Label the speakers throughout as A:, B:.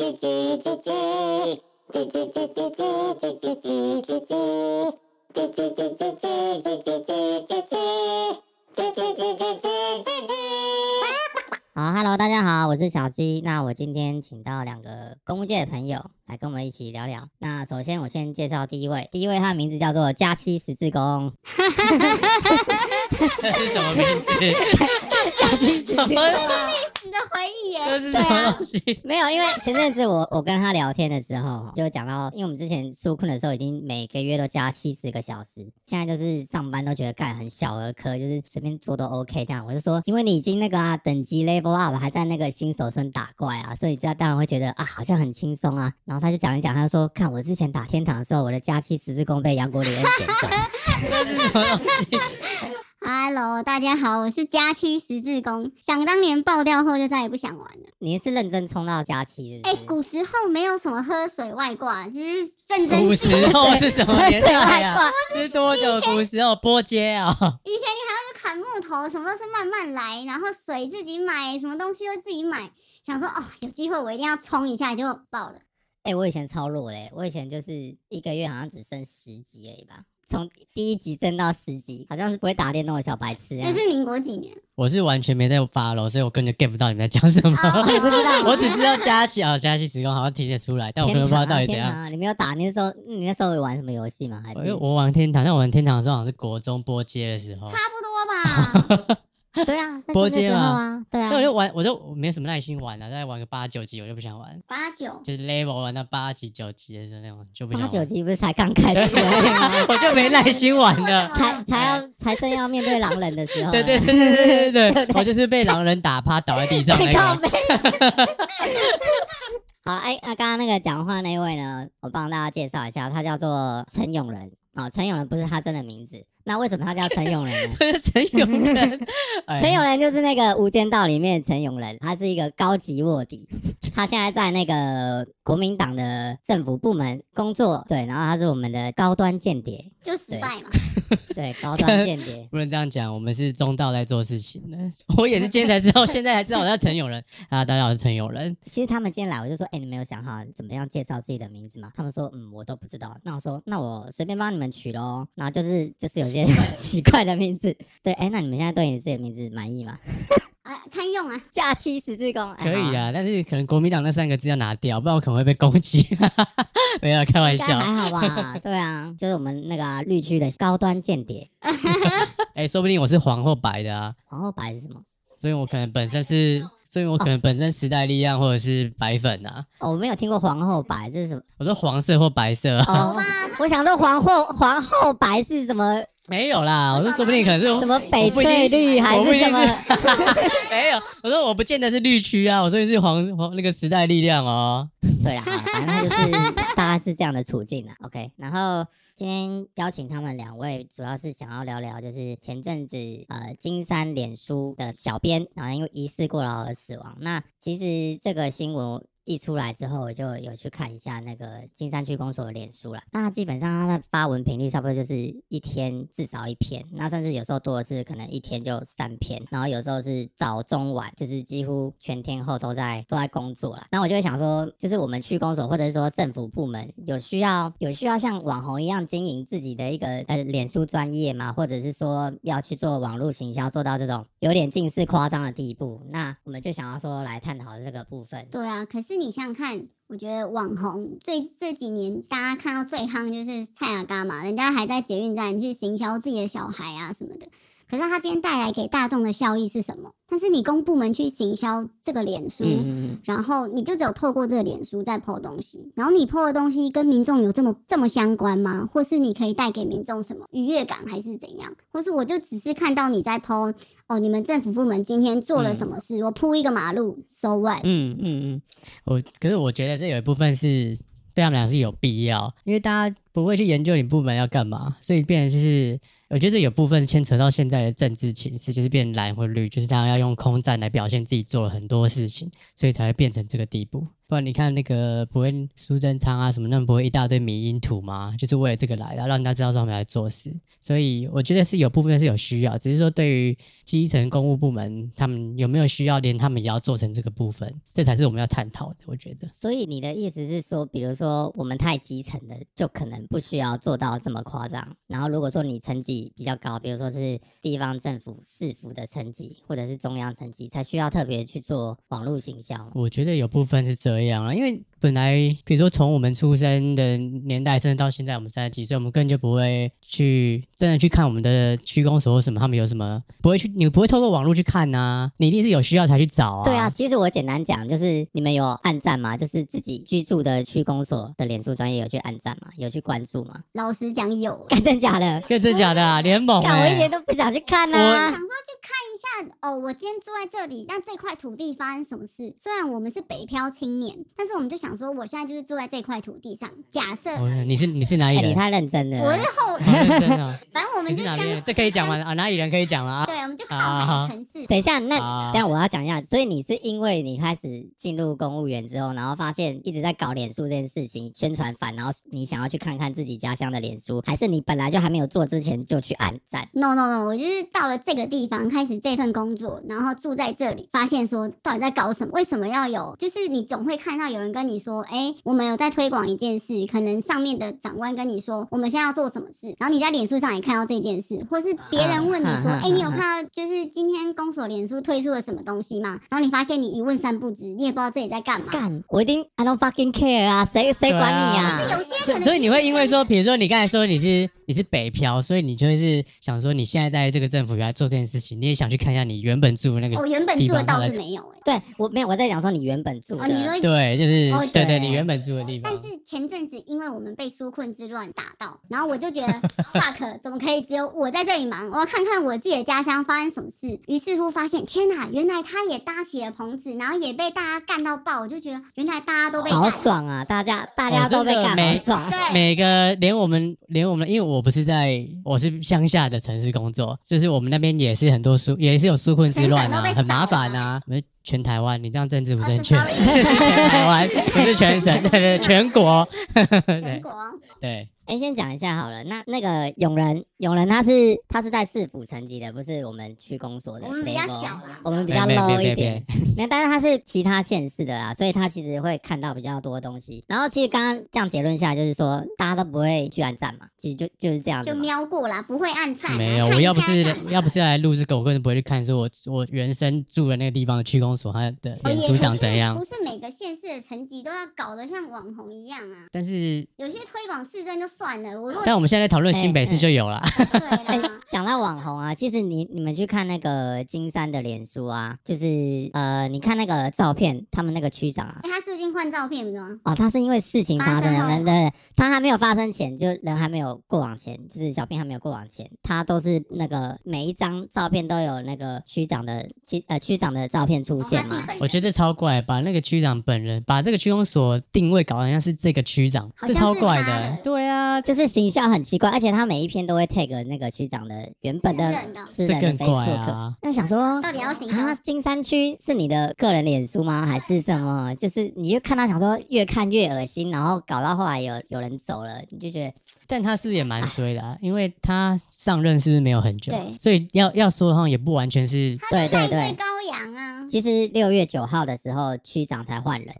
A: 叽叽叽叽叽叽叽叽叽叽叽叽叽叽叽叽叽叽叽叽叽叽叽叽。
B: 好，Hello，大家好，我是小鸡。那我今天请到两个公务界的朋友来跟我们一起聊聊。那首先我先介绍第一位，第一位他的名字叫做假期十字弓，
C: 这是什么名 字？
D: 你的回忆耶，
C: 这是什么东西？
B: 啊没有，因为前阵子我我跟他聊天的时候，就讲到，因为我们之前纾困的时候已经每个月都加七十个小时，现在就是上班都觉得干很小儿科，就是随便做都 OK 这样。我就说，因为你已经那个啊等级 level up，还在那个新手村打怪啊，所以这样当然会觉得啊好像很轻松啊。然后他就讲一讲，他就说，看我之前打天堂的时候，我的加七十字弓被杨国林捡走。
D: Hello，大家好，我是佳期十字弓。想当年爆掉后就再也不想玩了。
B: 你是认真冲到加七，是不
D: 哎、
B: 是？
D: 古时候没有什么喝水外挂，只是认真。
C: 古
D: 以
C: 时候是什么年代啊？是多久？古时候波街啊？
D: 前你还要去砍木头，什么都是慢慢来，然后水自己买，什么东西都自己买。想说哦，有机会我一定要冲一下，结果爆了。
B: 哎、我以前超弱嘞、我以前就是一个月好像只剩十集而已吧，从第一集升到十集，好像是不会打电动的小白痴啊
D: 那。是民国几 年？
C: 我是完全没在 follow，所以我根本就 get 不到你们在讲什
D: 哦
C: 么。
B: 我也不知道啊、
C: 我只知道佳琪哦，佳琪时光好像听得出来，但我根
B: 天
C: 本不知
B: 堂
C: 道
B: 啊
C: 到底怎
B: 天堂
C: 样。
B: 啊！你没有打，你那时候你那时候有玩什么游戏吗？还
C: 我因为
B: 是
C: 我玩天堂，但我玩天堂的时候好像是国中波街的时候
D: 差，不多吧。
B: 对啊，那
C: 拨
B: 就那
C: 接
B: 时候
C: 嘛
B: 啊，对
C: 那我
B: 啊。
C: 就玩，我就没什么耐心玩了、再玩个八九级我就不想玩，
D: 八九，
C: 就是 level 玩到八级九级的时候那种就不想
B: 八
C: 玩。
B: 九集不是才刚开始而已吗，
C: 我就没耐心玩了。
B: 才才要才正要面对狼人的时候啊，
C: 对对对对对 对对，我就是被狼人打趴倒在地上那
B: 太靠
C: 个。？
B: 背。好，哎，那刚刚那个讲话那位呢，我帮大家介绍一下，他叫做陈永仁。哦，陈永仁不是他真的名字，那为什么他叫陈永仁呢
C: 陈永 仁， 哎。
B: 陈永仁就是那个《无间道》里面的陈永仁，他是一个高级卧底，他现在在那个国民党的政府部门工作，对，然后他是我们的高端间谍，
D: 就失败嘛。
B: 对，高端间谍
C: 不能这样讲，我们是中道在做事情的。我也是今天才知道， 现在才知道我叫陈永仁啊！大家好，我是陈永仁。
B: 其实他们今天来，我就说，哎、你们有想好怎么样介绍自己的名字吗？他们说，嗯，我都不知道。那我说，那我随便帮你们取喽。然后就是 就是有些奇怪的名字，对，哎、那你们现在对你自己的名字满意吗？
D: 啊，看用啊，
B: 假期十字弓、哎
C: 可以，
B: 好
C: 啊，但是可能国民党那三个字要拿掉，不然我可能会被攻击。 没有，开玩
B: 应该
C: 笑。
B: 还好 吧？对啊，就是我们那个啊、绿区的高端间谍，
C: 哎，说不定我是黄或白的啊，
B: 皇后白是什么？
C: 所以我可能本身是，所以我可能本身时代力量或者是白粉啊。
B: 哦，我没有听过皇后白，这是 什么？
C: 我说黄色或白色啊，
D: 好
B: 哦
D: 吧，，
B: 我想说皇后皇后白是什么？
C: 没有啦，我说说不定可能是
B: 什么翡
C: 我不一定
B: 翠绿还
C: 我不
B: 是
C: 一定
B: 什么？
C: 没有，我说我不见得是绿区啊，我说你是黄黄那个时代力量哦。
B: 对啦，好啦反正就是大概是这样的处境啦。OK，然后今天邀请他们两位，主要是想要聊聊，就是前阵子呃金山脸书的小编，然后因为疑似过劳而死亡。那其实这个新闻。一出来之后，我就有去看一下那个金山区公所的脸书了。那基本上它的发文频率差不多就是一天至少一篇，那甚至有时候多的是可能一天就三篇，然后有时候是早中晚，就是几乎全天候都在都在工作了。那我就会想说，就是我们区公所或者是说政府部门有需要有需要像网红一样经营自己的一个呃脸书专业嘛，或者是说要去做网络行销，做到这种有点近似夸张的地步。那我们就想要说来探讨这个部分。
D: 对啊，可是你想想看，我觉得网红最这几年大家看到最夯就是蔡雅嘎嘛，人家还在捷运站去行销自己的小孩啊什么的。可是他今天带来给大众的效益是什么？但是你公部门去行销这个脸书，
B: 嗯嗯嗯，
D: 然后你就只有透过这个脸书在 PO 东西，然后你 PO 的东西跟民众有这么这么相关吗？或是你可以带给民众什么愉悦感，还是怎样？或是我就只是看到你在 PO 哦，你们政府部门今天做了什么事？我铺一个马路，so what？
C: 嗯嗯嗯，我可是我觉得这有一部分是对他们俩是有必要，因为大家不会去研究你部门要干嘛，所以变成就是，我觉得这有部分牵扯到现在的政治情势，就是变蓝或绿，就是他要用空战来表现自己做了很多事情，所以才会变成这个地步。不然你看那个不会苏贞昌啊什么，那不会一大堆迷因图吗？就是为了这个来的，让人家知道说他们来做事。所以我觉得是有部分是有需要，只是说对于基层公务部门，他们有没有需要，连他们也要做成这个部分，这才是我们要探讨的。我觉得，
B: 所以你的意思是说，比如说我们太基层的，就可能不需要做到这么夸张。然后如果说你层级比较高，比如说是地方政府、市府的层级，或者是中央层级，才需要特别去做网络行销。
C: 我觉得有部分是这样啊，因为本来比如说从我们出生的年代，甚至到现在我们三十几岁，我们根本就不会去真的去看我们的区公所或什么，他们有什么不会去，你不会透过网络去看呐、你一定是有需要才去找啊。
B: 对啊，，其实我简单讲，就是你们有暗赞吗？就是自己居住的区公所的脸书专业有去暗赞吗？有去关注吗？
D: 老实讲 有，
B: 干真假的？
C: 跟真假的啊，联盟、
B: 看我一
C: 欸
B: 点。都不想去看
D: 想
B: 啊
D: 说！去看一下哦，我今天住在这里，那这块土地发生什么事？虽然我们是北漂青年，但是我们就想说，我现在就是住在这块土地上。假设
C: 哦你是你是哪
B: 哎、
C: 里人？
B: 你太认真
D: 我
B: 了啊
D: 是。后，
C: 好认真 哦
D: 反正我们
C: 你
D: 就是相
C: 哪边人？
D: 信，
C: 这可以讲吗？啊，哪里人可以讲吗？啊
D: 对，我们就靠
C: 啊好
D: 海城市。
B: 等一下，那
C: 啊
B: 但我要讲一下，所以你是因为你开始进入公务员之后，然后发现一直在搞脸书这件事情宣传反，然后你想要去看看自己家乡的脸书，还是你本来就还没有做之前就去按赞？
D: No no no，我就是到了这个地方，开始这份工作，然后住在这里，发现说到底在搞什么？为什么要有？就是你总会看到有人跟你说，哎，我们有在推广一件事，可能上面的长官跟你说，我们现在要做什么事，然后你在脸书上也看到这件事，或是别人问你说，
C: 嗯
B: 啊
D: 哎，你有看到就是今天公所脸书推出了什么东西吗？然后你发现你一问三不知，你也不知道自己在干嘛。
B: 干，我一定 I don't fucking care 啊，谁谁管你
C: 对
B: 啊？
D: 有些可
C: 所以
D: 能
C: 所以你会因为说，比如说你刚才说你是你是北漂，所以你就是想说你现在在这个政府原来做这件事情，你也想去看一下你原本住的那
D: 我
C: 个，
D: 哦原本
C: 地
D: 住的
C: 方他
D: 倒
C: 来
D: 是没有、哎，
B: 对我没有，我在讲说你原本住的，
D: 哦，你说
C: 对，就是
D: 哦
C: 对
D: 对
C: 对，你原本住的地方
D: 但。是前阵子因为我们被纾困之乱打到，然后我就觉 得 fuck，怎么可以只有我在这里忙？我要看看我自己的家乡发生什么事。于是乎发现，天哪，原来他也搭起了棚子，然后也被大家干到爆。我就觉得原来大家都被干
B: 好爽啊！大家大
C: 哦
B: 家都被
C: 真的
B: 干，好
C: 没
B: 爽。
D: 对，
C: 每个连我们连我们，因为我不是在我是乡下的城市工作，就是我们那边也是很多纾也是有纾困之
D: 全
C: 乱
D: 省都
C: 啊，
D: 被
C: 很麻
D: 扫了
C: 烦啊。我们全台湾，你这样政治不正确，
D: 啊
C: 全台湾不是全省，对对，全国，
D: 全
C: 对
D: 国
C: 对。
B: 哎，先讲一下好了，那那个永仁，永仁他是他是在市府层级的，不是我们区公所的。
D: 我们比较
B: level
D: 小啊
B: 我们比
C: 比
B: 较 low 一点。，没有，但是他是其他县市的啦，所以他其实会看到比较多东西。然后其实刚刚这样结论下来，就是说大家都不会去按赞嘛，其实就就是这样子
D: 就
B: 嘛。
D: 瞄过啦，不会暗赞啊。
C: 没有，
D: 看
C: 我
D: 一
C: 要不
D: 下
C: 是
D: 干嘛
C: 要不是来录这个，我根本不会去看说我我原生住的那个地方的区公所它的
D: 哦
C: 脸
D: 也
C: 书
D: 不
C: 长
D: 是
C: 怎样
D: 不。是每个县市的层级都要搞得像网红一样啊。
C: 但是，
D: 有些推广市政就算了，我如果
C: 但我们现在在讨论
B: 哎
C: 新北市
B: 哎
C: 就有了。
D: 对啦。
B: 讲到网红啊，其实你你们去看那个金山的脸书啊，就是呃，你看那个照片，他们那个区长啊，
D: 哎、他是不是已经换照片不是吗？
B: 哦，他是因为事情发生
D: 发
B: 了，
D: 生后
B: 对，他还没有发生前，就人还没有过往前，就是小兵还没有过往前，他都是那个每一张照片都有那个区长的区呃区长的照片出
D: 哦
B: 现
D: 他自
B: 嘛
D: 己。本人
C: 我觉得超怪，把那个区长本人，把这个区公所定位搞得好像是这个区长，
D: 好
C: 这
D: 像
C: 超
D: 是
C: 怪
D: 他
C: 的
D: 的。
C: 对啊，
B: 就是形象很奇怪，而且他每一篇都会 tag 那个区长的原本的
D: 私人的
B: 私
C: 这
B: 人的
C: 更怪
B: Facebook，
C: 啊！
B: 那想说
D: 到底要行销
B: 啊，金山区是你的个人脸书吗？还是什么？就是你就看他想说越看越恶心，然后搞到后来有有人走了，你就觉得
C: 但他是不是也蛮衰的啊？因为他上任是不是没有很久
D: 对？
C: 所以要要说的话，也不完全是
B: 对对
D: 代
B: 对
D: 罪。羔羊啊！
B: 其实六月九号的时候，区长才换人。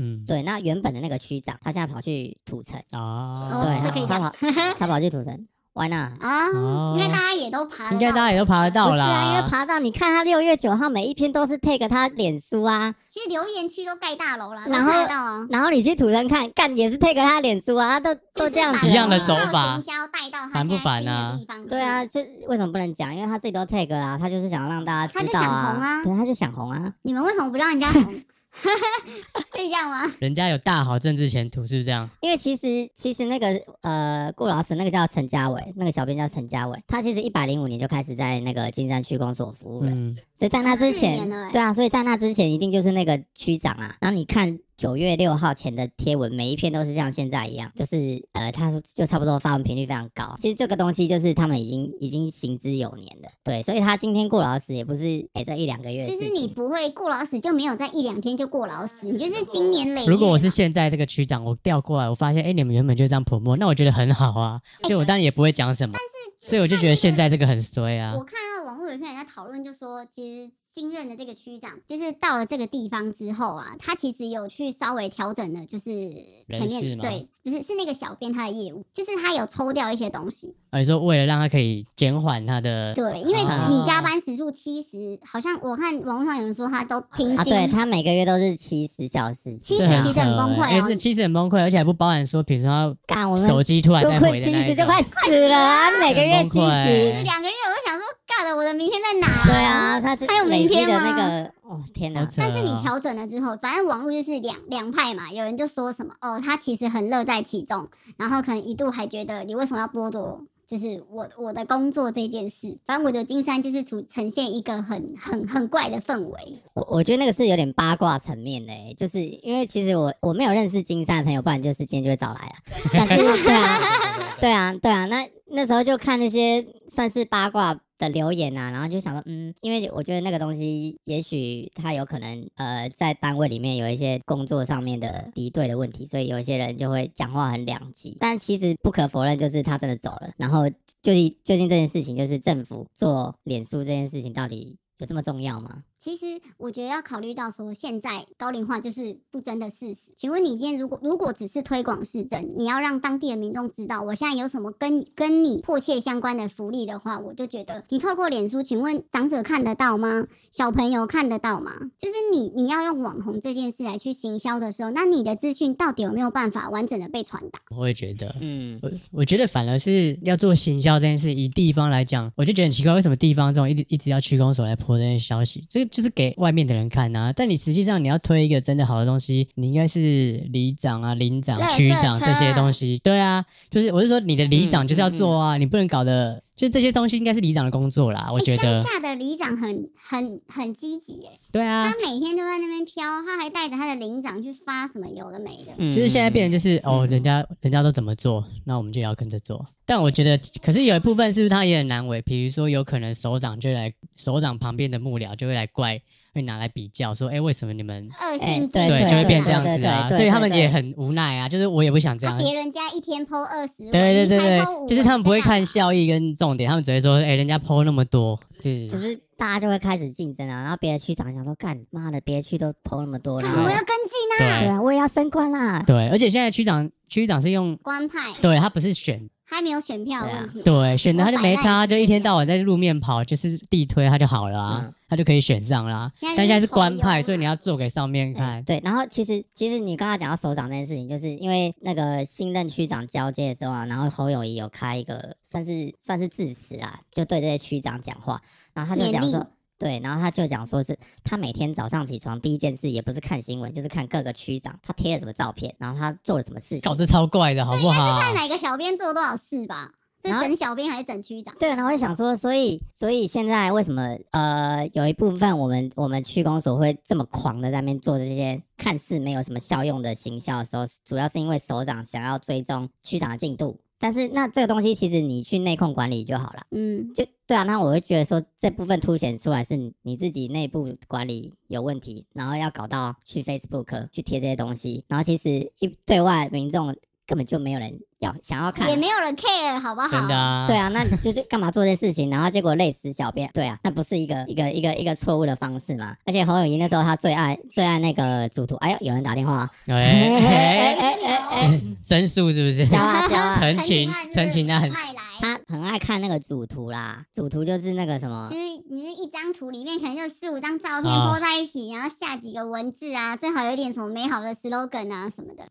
C: 嗯
B: 对，那原本的那个区长，他现在跑去土城，
C: 啊，
D: 哦
B: 对，
D: 这
B: 他
D: 可以
B: 他
D: 讲
B: 跑 他跑去土城，Why not？
D: 啊，因为
C: 哦
D: 大家也都爬得到，
C: 应该大家也都爬得到
B: 不是
C: 啦。
B: 啊，因为爬到你看他六月九号每一篇都是 take 他脸书啊，
D: 其实留言区都盖大楼啦，
B: 然后
D: 都看得到啊，
B: 然后你去土城看，干也是 take 他脸书啊，他都都这样子啊
D: 就是把
C: 一样的手
D: 广告
C: 法
D: 行销带到他
C: 烦
D: 现
C: 不
D: 在
C: 烦
D: 新的
C: 啊
D: 地方去
B: 对啊，，这为什么不能讲？因为他自己都 take 啦、他就是想让大家
D: 他
B: 知
D: 就
B: 道
D: 想红啊
B: 对，他就想红啊。
D: 你们为什么不让人家红？可以这样吗？
C: 人家有大好政治前途，是不是这样？
B: 因为其实其实那个呃顾老师那个叫陈家伟，那个小编叫陈家伟，他其实一百零五年就开始在那个金山区公所服务了，
C: 嗯，
B: 所以在那之
D: 14
B: 前
D: 年了，欸
B: 对啊，所以在那之前一定就是那个区长啊。然后你看九月六号前的贴文，每一篇都是像现在一样，就是呃，他说就差不多发文频率非常高。其实这个东西就是他们已经已经行之有年了，对，所以他今天过劳死也不是哎、这一两个月的
D: 就
B: 事
D: 是
B: 情，
D: 你不会过劳死，就没有在一两天就过劳死，你就是经年累月。
C: 如果我是现在这个区长，我调过来，我发现哎、诶你们原本就这样泼墨，那我觉得很好啊，就我当然也不会讲什么，所以我就觉得现在这个很衰啊
D: 我。看到网络有一篇人在讨论，就说其实新任的这个区长，就是到了这个地方之后啊，他其实有去稍微调整了，就是前
C: 人事
D: 面
C: 吗
D: 对，不是是那个小编他的业务，就是他有抽掉一些东西，
C: 啊，你说为了让他可以减缓他的，
D: 对，因为
B: 哦
C: 啊
D: 你加班时数七十，好像我看网络上有人说他都平
B: 啊，
D: 均，
B: 对他每个月都是七十小时起，
D: 其实
C: 这很
D: 其实很
C: 扯
D: 崩
C: 欸
D: 溃
C: 因为
D: 哦
C: 是其实很崩溃，而且还不包含说，比如说要
B: 干我们
C: 手机突然再
B: 纾困
C: 回的那
B: 七
C: 一
B: 十
C: 种
B: 就快死了啊，每个月
C: 很
B: 七
C: 崩
B: 十
C: 溃。欸
D: 这两个月我就想说，尬的我的明天在哪、
B: 对。啊，他这
D: 还有
B: 累
D: 明
B: 积
D: 天
B: 的
D: 吗
B: 那个，哦天哪
C: 好！扯
D: 但是你
C: 哦
D: 调整了之后，反正网络就是两两派嘛，有人就说什么哦，他其实很乐在其中，然后可能一度还觉得你为什么要剥夺，就是我我的工作这件事。反正我觉得金山就是处呈现一个很很很怪的氛围，
B: 我我觉得那个是有点八卦层面的欸、就是因为其实我我没有认识金山的朋友，不然就是今天就会找来了。但是 对啊，对啊，对啊，那那时候就看那些算是八卦的留言啊，然后就想说，嗯，因为我觉得那个东西，也许他有可能呃在单位里面有一些工作上面的敌对的问题，所以有一些人就会讲话很两极。但其实不可否认，就是他真的走了，然后究竟究竟这件事情，就是政府做脸书这件事情到底有这么重要吗？
D: 其实我觉得要考虑到说，现在高龄化就是不争的事实。请问你今天如果如果只是推广市政，你要让当地的民众知道我现在有什么跟跟你迫切相关的福利的话，我就觉得你透过脸书，请问长者看得到吗？小朋友看得到吗？就是你你要用网红这件事来去行销的时候，那你的资讯到底有没有办法完整的被传达？
C: 我也觉得，
B: 嗯，
C: 我我觉得反而是要做行销这件事，以地方来讲，我就觉得很奇怪，为什么地方这种一直一直要区公所来泼这些消息？这个就是给外面的人看啊。但你实际上你要推一个真的好的东西，你应该是里长啊、邻长
D: 垃、圾
C: 区长
D: 车
C: 这些东西。对啊，就是我是说你的里长就是要做啊，你不能搞的，就是这些东西应该是里长的工作啦。我
D: 诶
C: 觉
D: 乡
C: 得，
D: 下的里长很很很积极耶，
C: 对啊
D: 他。每天都在那边飘，他还带着他的领长去发什么有的没的。
B: 就
C: 就是现在变成就是哦，人家人家都怎么做，那我们就也要跟着做。但我觉得，可是有一部分是不是他也很难为？比如说，有可能首长就会来，首长旁边的幕僚就会来怪，会拿来比较说，哎、为什么你们
D: 恶
B: 哎
D: 性竞
B: 对
D: 争
C: 就会
D: 啊
C: 变这样子
B: 对对对对
C: 啊？
B: 对
C: 所以他们
B: 对
C: 也很无奈啊，就是我也不想这
D: 啊，
C: 样。
D: 别人家一天剖二十，
C: 对对
D: 你才
C: 对对
D: po 五，
C: 就是
D: 文
C: 他们不会
D: 在干
C: 看
D: 嘛
C: 效益跟重点，他们只会说，哎、人家抛那么多，就是
B: 就是大家就会开始竞争啊，然后别的区长想说，干妈的，别的区都投那么多，然
D: 干
B: 后
D: 我要跟进啊，
B: 对
C: 对
B: 啊，我也要升官啦。
C: 对，而且现在区长区长是用，
D: 官派
C: 对他不是选
D: 还没有选票的
B: 对啊
D: 问题，
C: 对，选
D: 我
C: 的他就
D: 摆
C: 没
D: 烂
C: 差，
D: 是
C: 就
D: 这
C: 一天
D: 个
C: 到晚在路面跑，就是地推他就好了啊，
B: 嗯
C: 他就可以选上啦。
D: 现在
C: 但
D: 就
C: 现在
D: 是
C: 是
D: 丑
C: 官派，
D: 用
C: 所以
D: 啊
C: 你要做给上面看。
B: 对，然后其实其实你刚刚讲到首长那件事情，就是因为那个新任区长交接的时候啊，然后侯友谊有开一个算是算是致辞啊，就对这些区长讲话，然后他就
D: 勉
B: 讲说
D: 励，
B: 对，然后他就讲说是他每天早上起床第一件事也不是看新闻，就是看各个区长他贴了什么照片，然后他做了什么事
C: 搞
B: 情。
C: 这超怪的好不好？
D: 看哪个小编做多少事吧，这
B: 然后
D: 整小编还是整区长？
C: 嗯
B: 对，然后我就想说，所以所以现在为什么呃有一部分我们我们区公所会这么狂的在那边做这些看似没有什么效用的行销的时候，主要是因为首长想要追踪区长的进度。但是那这个东西其实你去内控管理就好了，
D: 嗯，
B: 就对啊。那我会觉得说这部分凸显出来是你你自己内部管理有问题，然后要搞到去 Facebook 去贴这些东西，然后其实一对外民众根本就没有人要想要看，
D: 也没有人 care 好不好？
C: 真的啊，
B: 对啊，那你就就干嘛做这事情，然后结果累死小编？对啊，那不是一个一个一个一个错误的方式嘛？而且侯友谊那时候他最爱最爱那个主图，哎呦，有人打电话，
C: 哎，哎
D: 哎哎
C: 哎申诉是不是？
B: 教 啊教啊，
C: 陈情陈情啊很
D: 卖来。
B: 他很爱看那个主图啦，主图就是那个什么
D: 就。是你是一张图里面可能就四五张照片
C: 啊
D: 泼在一起，然后下几个文字啊，最好有点什么美好的 slogan 啊什么的。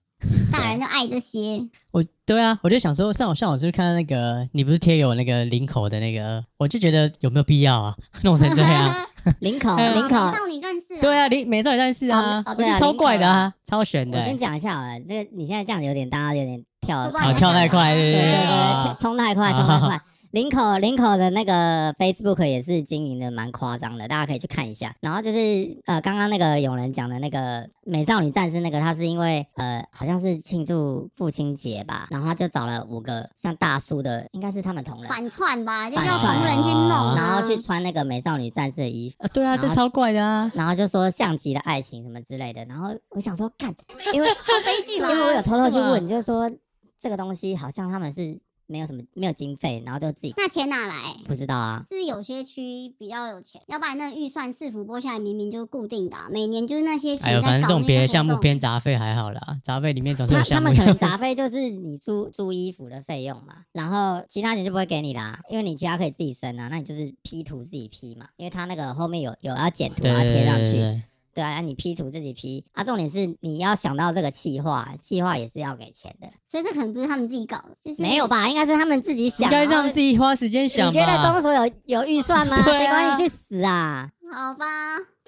D: 大人就爱这些，
C: 我对啊，我就想说，上午上午就是看到那个，你不是贴有那个领口的那个，我就觉得有没有必要啊，弄成这样？
B: 林口，
D: 啊
B: 林口
C: 嗯
D: 美，少女战士是、啊，
C: 对啊，你美少女战士啊
B: 哦，哦
C: 我
B: 对
C: 觉
B: 啊
C: 得超怪的啊，超悬的
B: 我
C: 欸，
B: 先讲一下好了，这个你现在这样有点，大家有点跳
D: 我不知道
C: 好
D: 你
C: 跳太快，
B: 对
C: 对不
B: 对
C: 对
B: 对，
C: 啊？
B: 冲太快，冲太快。林口林口的那个 Facebook 也是经营的蛮夸张的，大家可以去看一下。然后就是呃，刚刚那个有人讲的那个美少女战士那个，他是因为呃好像是庆祝父亲节吧，然后他就找了五个像大叔的，应该是他们
C: 嗯
B: 同仁，
D: 反串吧，就是
B: 反
D: 要
B: 串
D: 同人去弄、啊，
B: 然后去穿那个美少女战士的衣服。
C: 啊对啊，这
B: 然后
C: 超怪的啊！
B: 然后就说像极了爱情什么之类的，然后我想说，干，因为
D: 做悲剧
B: 因
D: 嘛。
B: 为我有偷偷去
C: 是
B: 问，就是说这个东西好像他们是没有什么没有经费，然后就自己
D: 那钱哪来？
B: 不知道啊。
D: 是有些区比较有钱，要不然那预算市府拨下来，明明就是固定的啊、每年就是那些
C: 哎
D: 钱在搞
C: 呦，反正这种
D: 那些
C: 别的
D: 活
C: 项目
D: 动
C: 编杂费还好啦，杂费里面总是有
B: 他
C: 项
B: 他
C: 目
B: 们可 能杂费就是你租租衣服的费用嘛，然后其他钱就不会给你啦，因为你其他可以自己生啊，那你就是 P 图自己 P 嘛，因为他那个后面有有要剪图
C: 对
B: 然后
C: 对
B: 贴上
C: 对对
B: 去，
C: 对
B: 对啊，你 P 图自己 P 啊，重点是你要想到这个企划，企划也是要给钱的，
D: 所以这可能不是他们自己搞的，就是
B: 没有吧？应该是他们自己想，
C: 应该
B: 然后
C: 让自己花时间想
B: 你觉得
C: 吧
B: 公。所有有预算吗？
C: 对
B: 谁
C: 啊
B: 管你去死啊？
D: 好吧？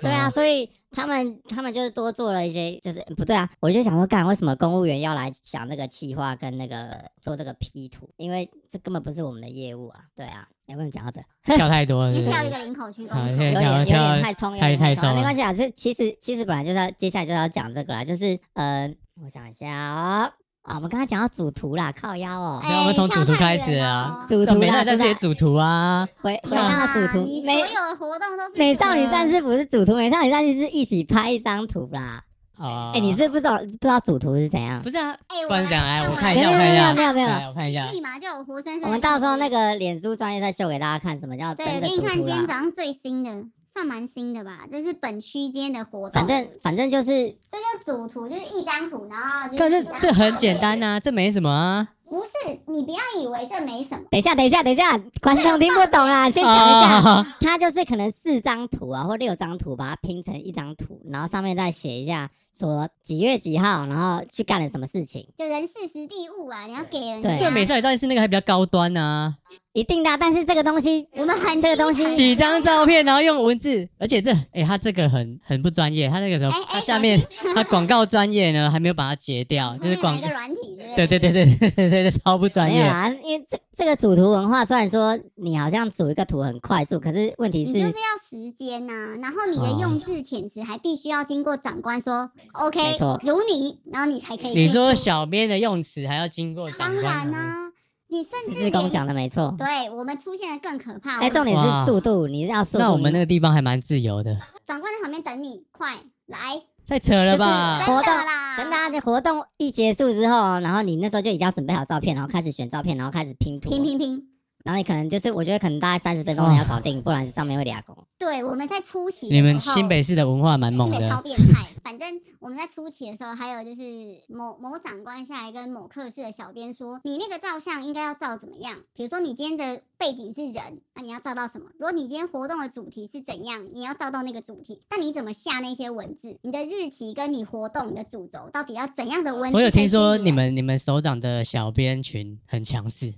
B: 对啊，所以他们他们就是多做了一些，就是不对啊。我就想说，干为什么公务员要来想这个企划跟那个做这个 P 图？因为这根本不是我们的业务啊。对啊，有没有讲到这？
C: 哦跳太多了，
D: 你
C: 对不
D: 跳一
C: 对
D: 个领口去
C: 好
D: 公
C: 现在
B: 有
D: 所，
B: 点
C: 跳
B: 有
C: 跳
B: 点太冲，有
C: 太
B: 点太
C: 太
B: 冲
C: 冲
B: 了，没
C: 了
B: 关系啊。这其实其实本来就是要接下来就是要讲这个啦，就是呃，我想一下啊、啊我们刚才讲到主图啦，靠腰哦，
C: 那我们从
D: 哎
C: 主图
D: 跳太
C: 开始
D: 远
C: 啊
D: 了
B: 主
C: 这
B: 图
C: 美
B: 啦
C: 少，女战士也
B: 哦主
C: 主图啊，
B: 回回
D: 对
B: 到
D: 啊
B: 主图，
D: 你所
B: 没。
D: 有的活动都是
B: 美少女
D: 主
B: 战士不是主图，美少女战士是一起拍一张图啦。
C: 啊
B: 哎、，你是不是不知道不知道主图是怎样？
C: 不是啊？
D: 哎，
C: 不然讲来，我看一
B: 没有
C: 下，我看一
B: 没
C: 下，
B: 有没有没有
C: 来我看一下，
D: 立马就有活生生的东西。
B: 我们到时候那个脸书专业再秀给大家看什么叫
D: 对，
B: 真
D: 我
B: 的
D: 给
B: 主
D: 你看
B: 图
D: 今天
B: 啦。
D: 早上最新的，算蛮新的吧？这是本区间的活动，
B: 反正反正就是
D: 这就主图就是一张图，然后就
C: 可
D: 是
C: 是这很简单呐，这没什么啊。
D: 不是你不要以为这没什么。
B: 等一下等一下等一下，观众听不懂啦，先讲一下，
C: 啊，
B: 它就是可能四张图啊或六张图，把它拼成一张图，然后上面再写一下说几月几号，然后去干了什么事情，
D: 就人事实地物啊，你要给人
B: 对
D: 家。
C: 这个美少女战士那个还比较高端呐，
B: 一定的啊。但是这个东西
D: 我们很
B: 这个东西
D: 低
C: 几张照片，然后用文字，而且这哎，他这个很很不专业，他那个什么
D: 哎，哎
C: 他呃下面
D: 手机
C: 他广告专业呢还没有把它截掉，
D: 产
C: 就是
D: 后面有
C: 广
D: 一个软体，对不对？
C: 对对对对对对对，超不专
B: 没有
C: 业。
B: 啦，因为这这个主图文化，虽然说你好像组一个图很快速，可是问题是，
D: 你就是要时间呐、然后你的用字遣词还必须要经过长官说 OK，
B: 没错
D: 如你，然后你才可以去做。
C: 你说小编的用词还要经过长
D: 当
C: 官啊
D: 然啊
C: 同意
D: 啦、你甚
B: 四
D: 至
B: 志工
D: 连
B: 讲的没错。
D: 对我们出现的更可
B: 哎，
D: 怕。我们
B: 重点是
C: 哇
B: 速度，你是要速度。
C: 那我们
B: 你
C: 那个地方还蛮自由的，
D: 长官在旁边等你，快来！
C: 太扯了
B: 啊
C: 吧？
D: 真
B: 活
D: 的
B: 动
D: 啦，
B: 等大家活动一结束之后，哦然后你那时候就已经要准备好照片，然后开始选照片，然后开始拼图，哦
D: 拼拼拼！
B: 然后你可能就是我觉得可能大概三十分钟内要搞定，不然上面会俩工。
D: 对，我们在初期的
C: 你们
D: 时候
C: 新北市的文化蛮猛
D: 新北超
C: 的，
D: 变态。反正我们在初期的时候，还有就是某某长官下来跟某课室的小编说，你那个照相应该要照怎么样？比如说你今天的背景是人，那你要照到什么？如果你今天活动的主题是怎样，你要照到那个主题。那你怎么下那些文字？你的日期跟你活动你的主轴到底要怎样的文字？
C: 我有听说你们你们首长的小编群很强势，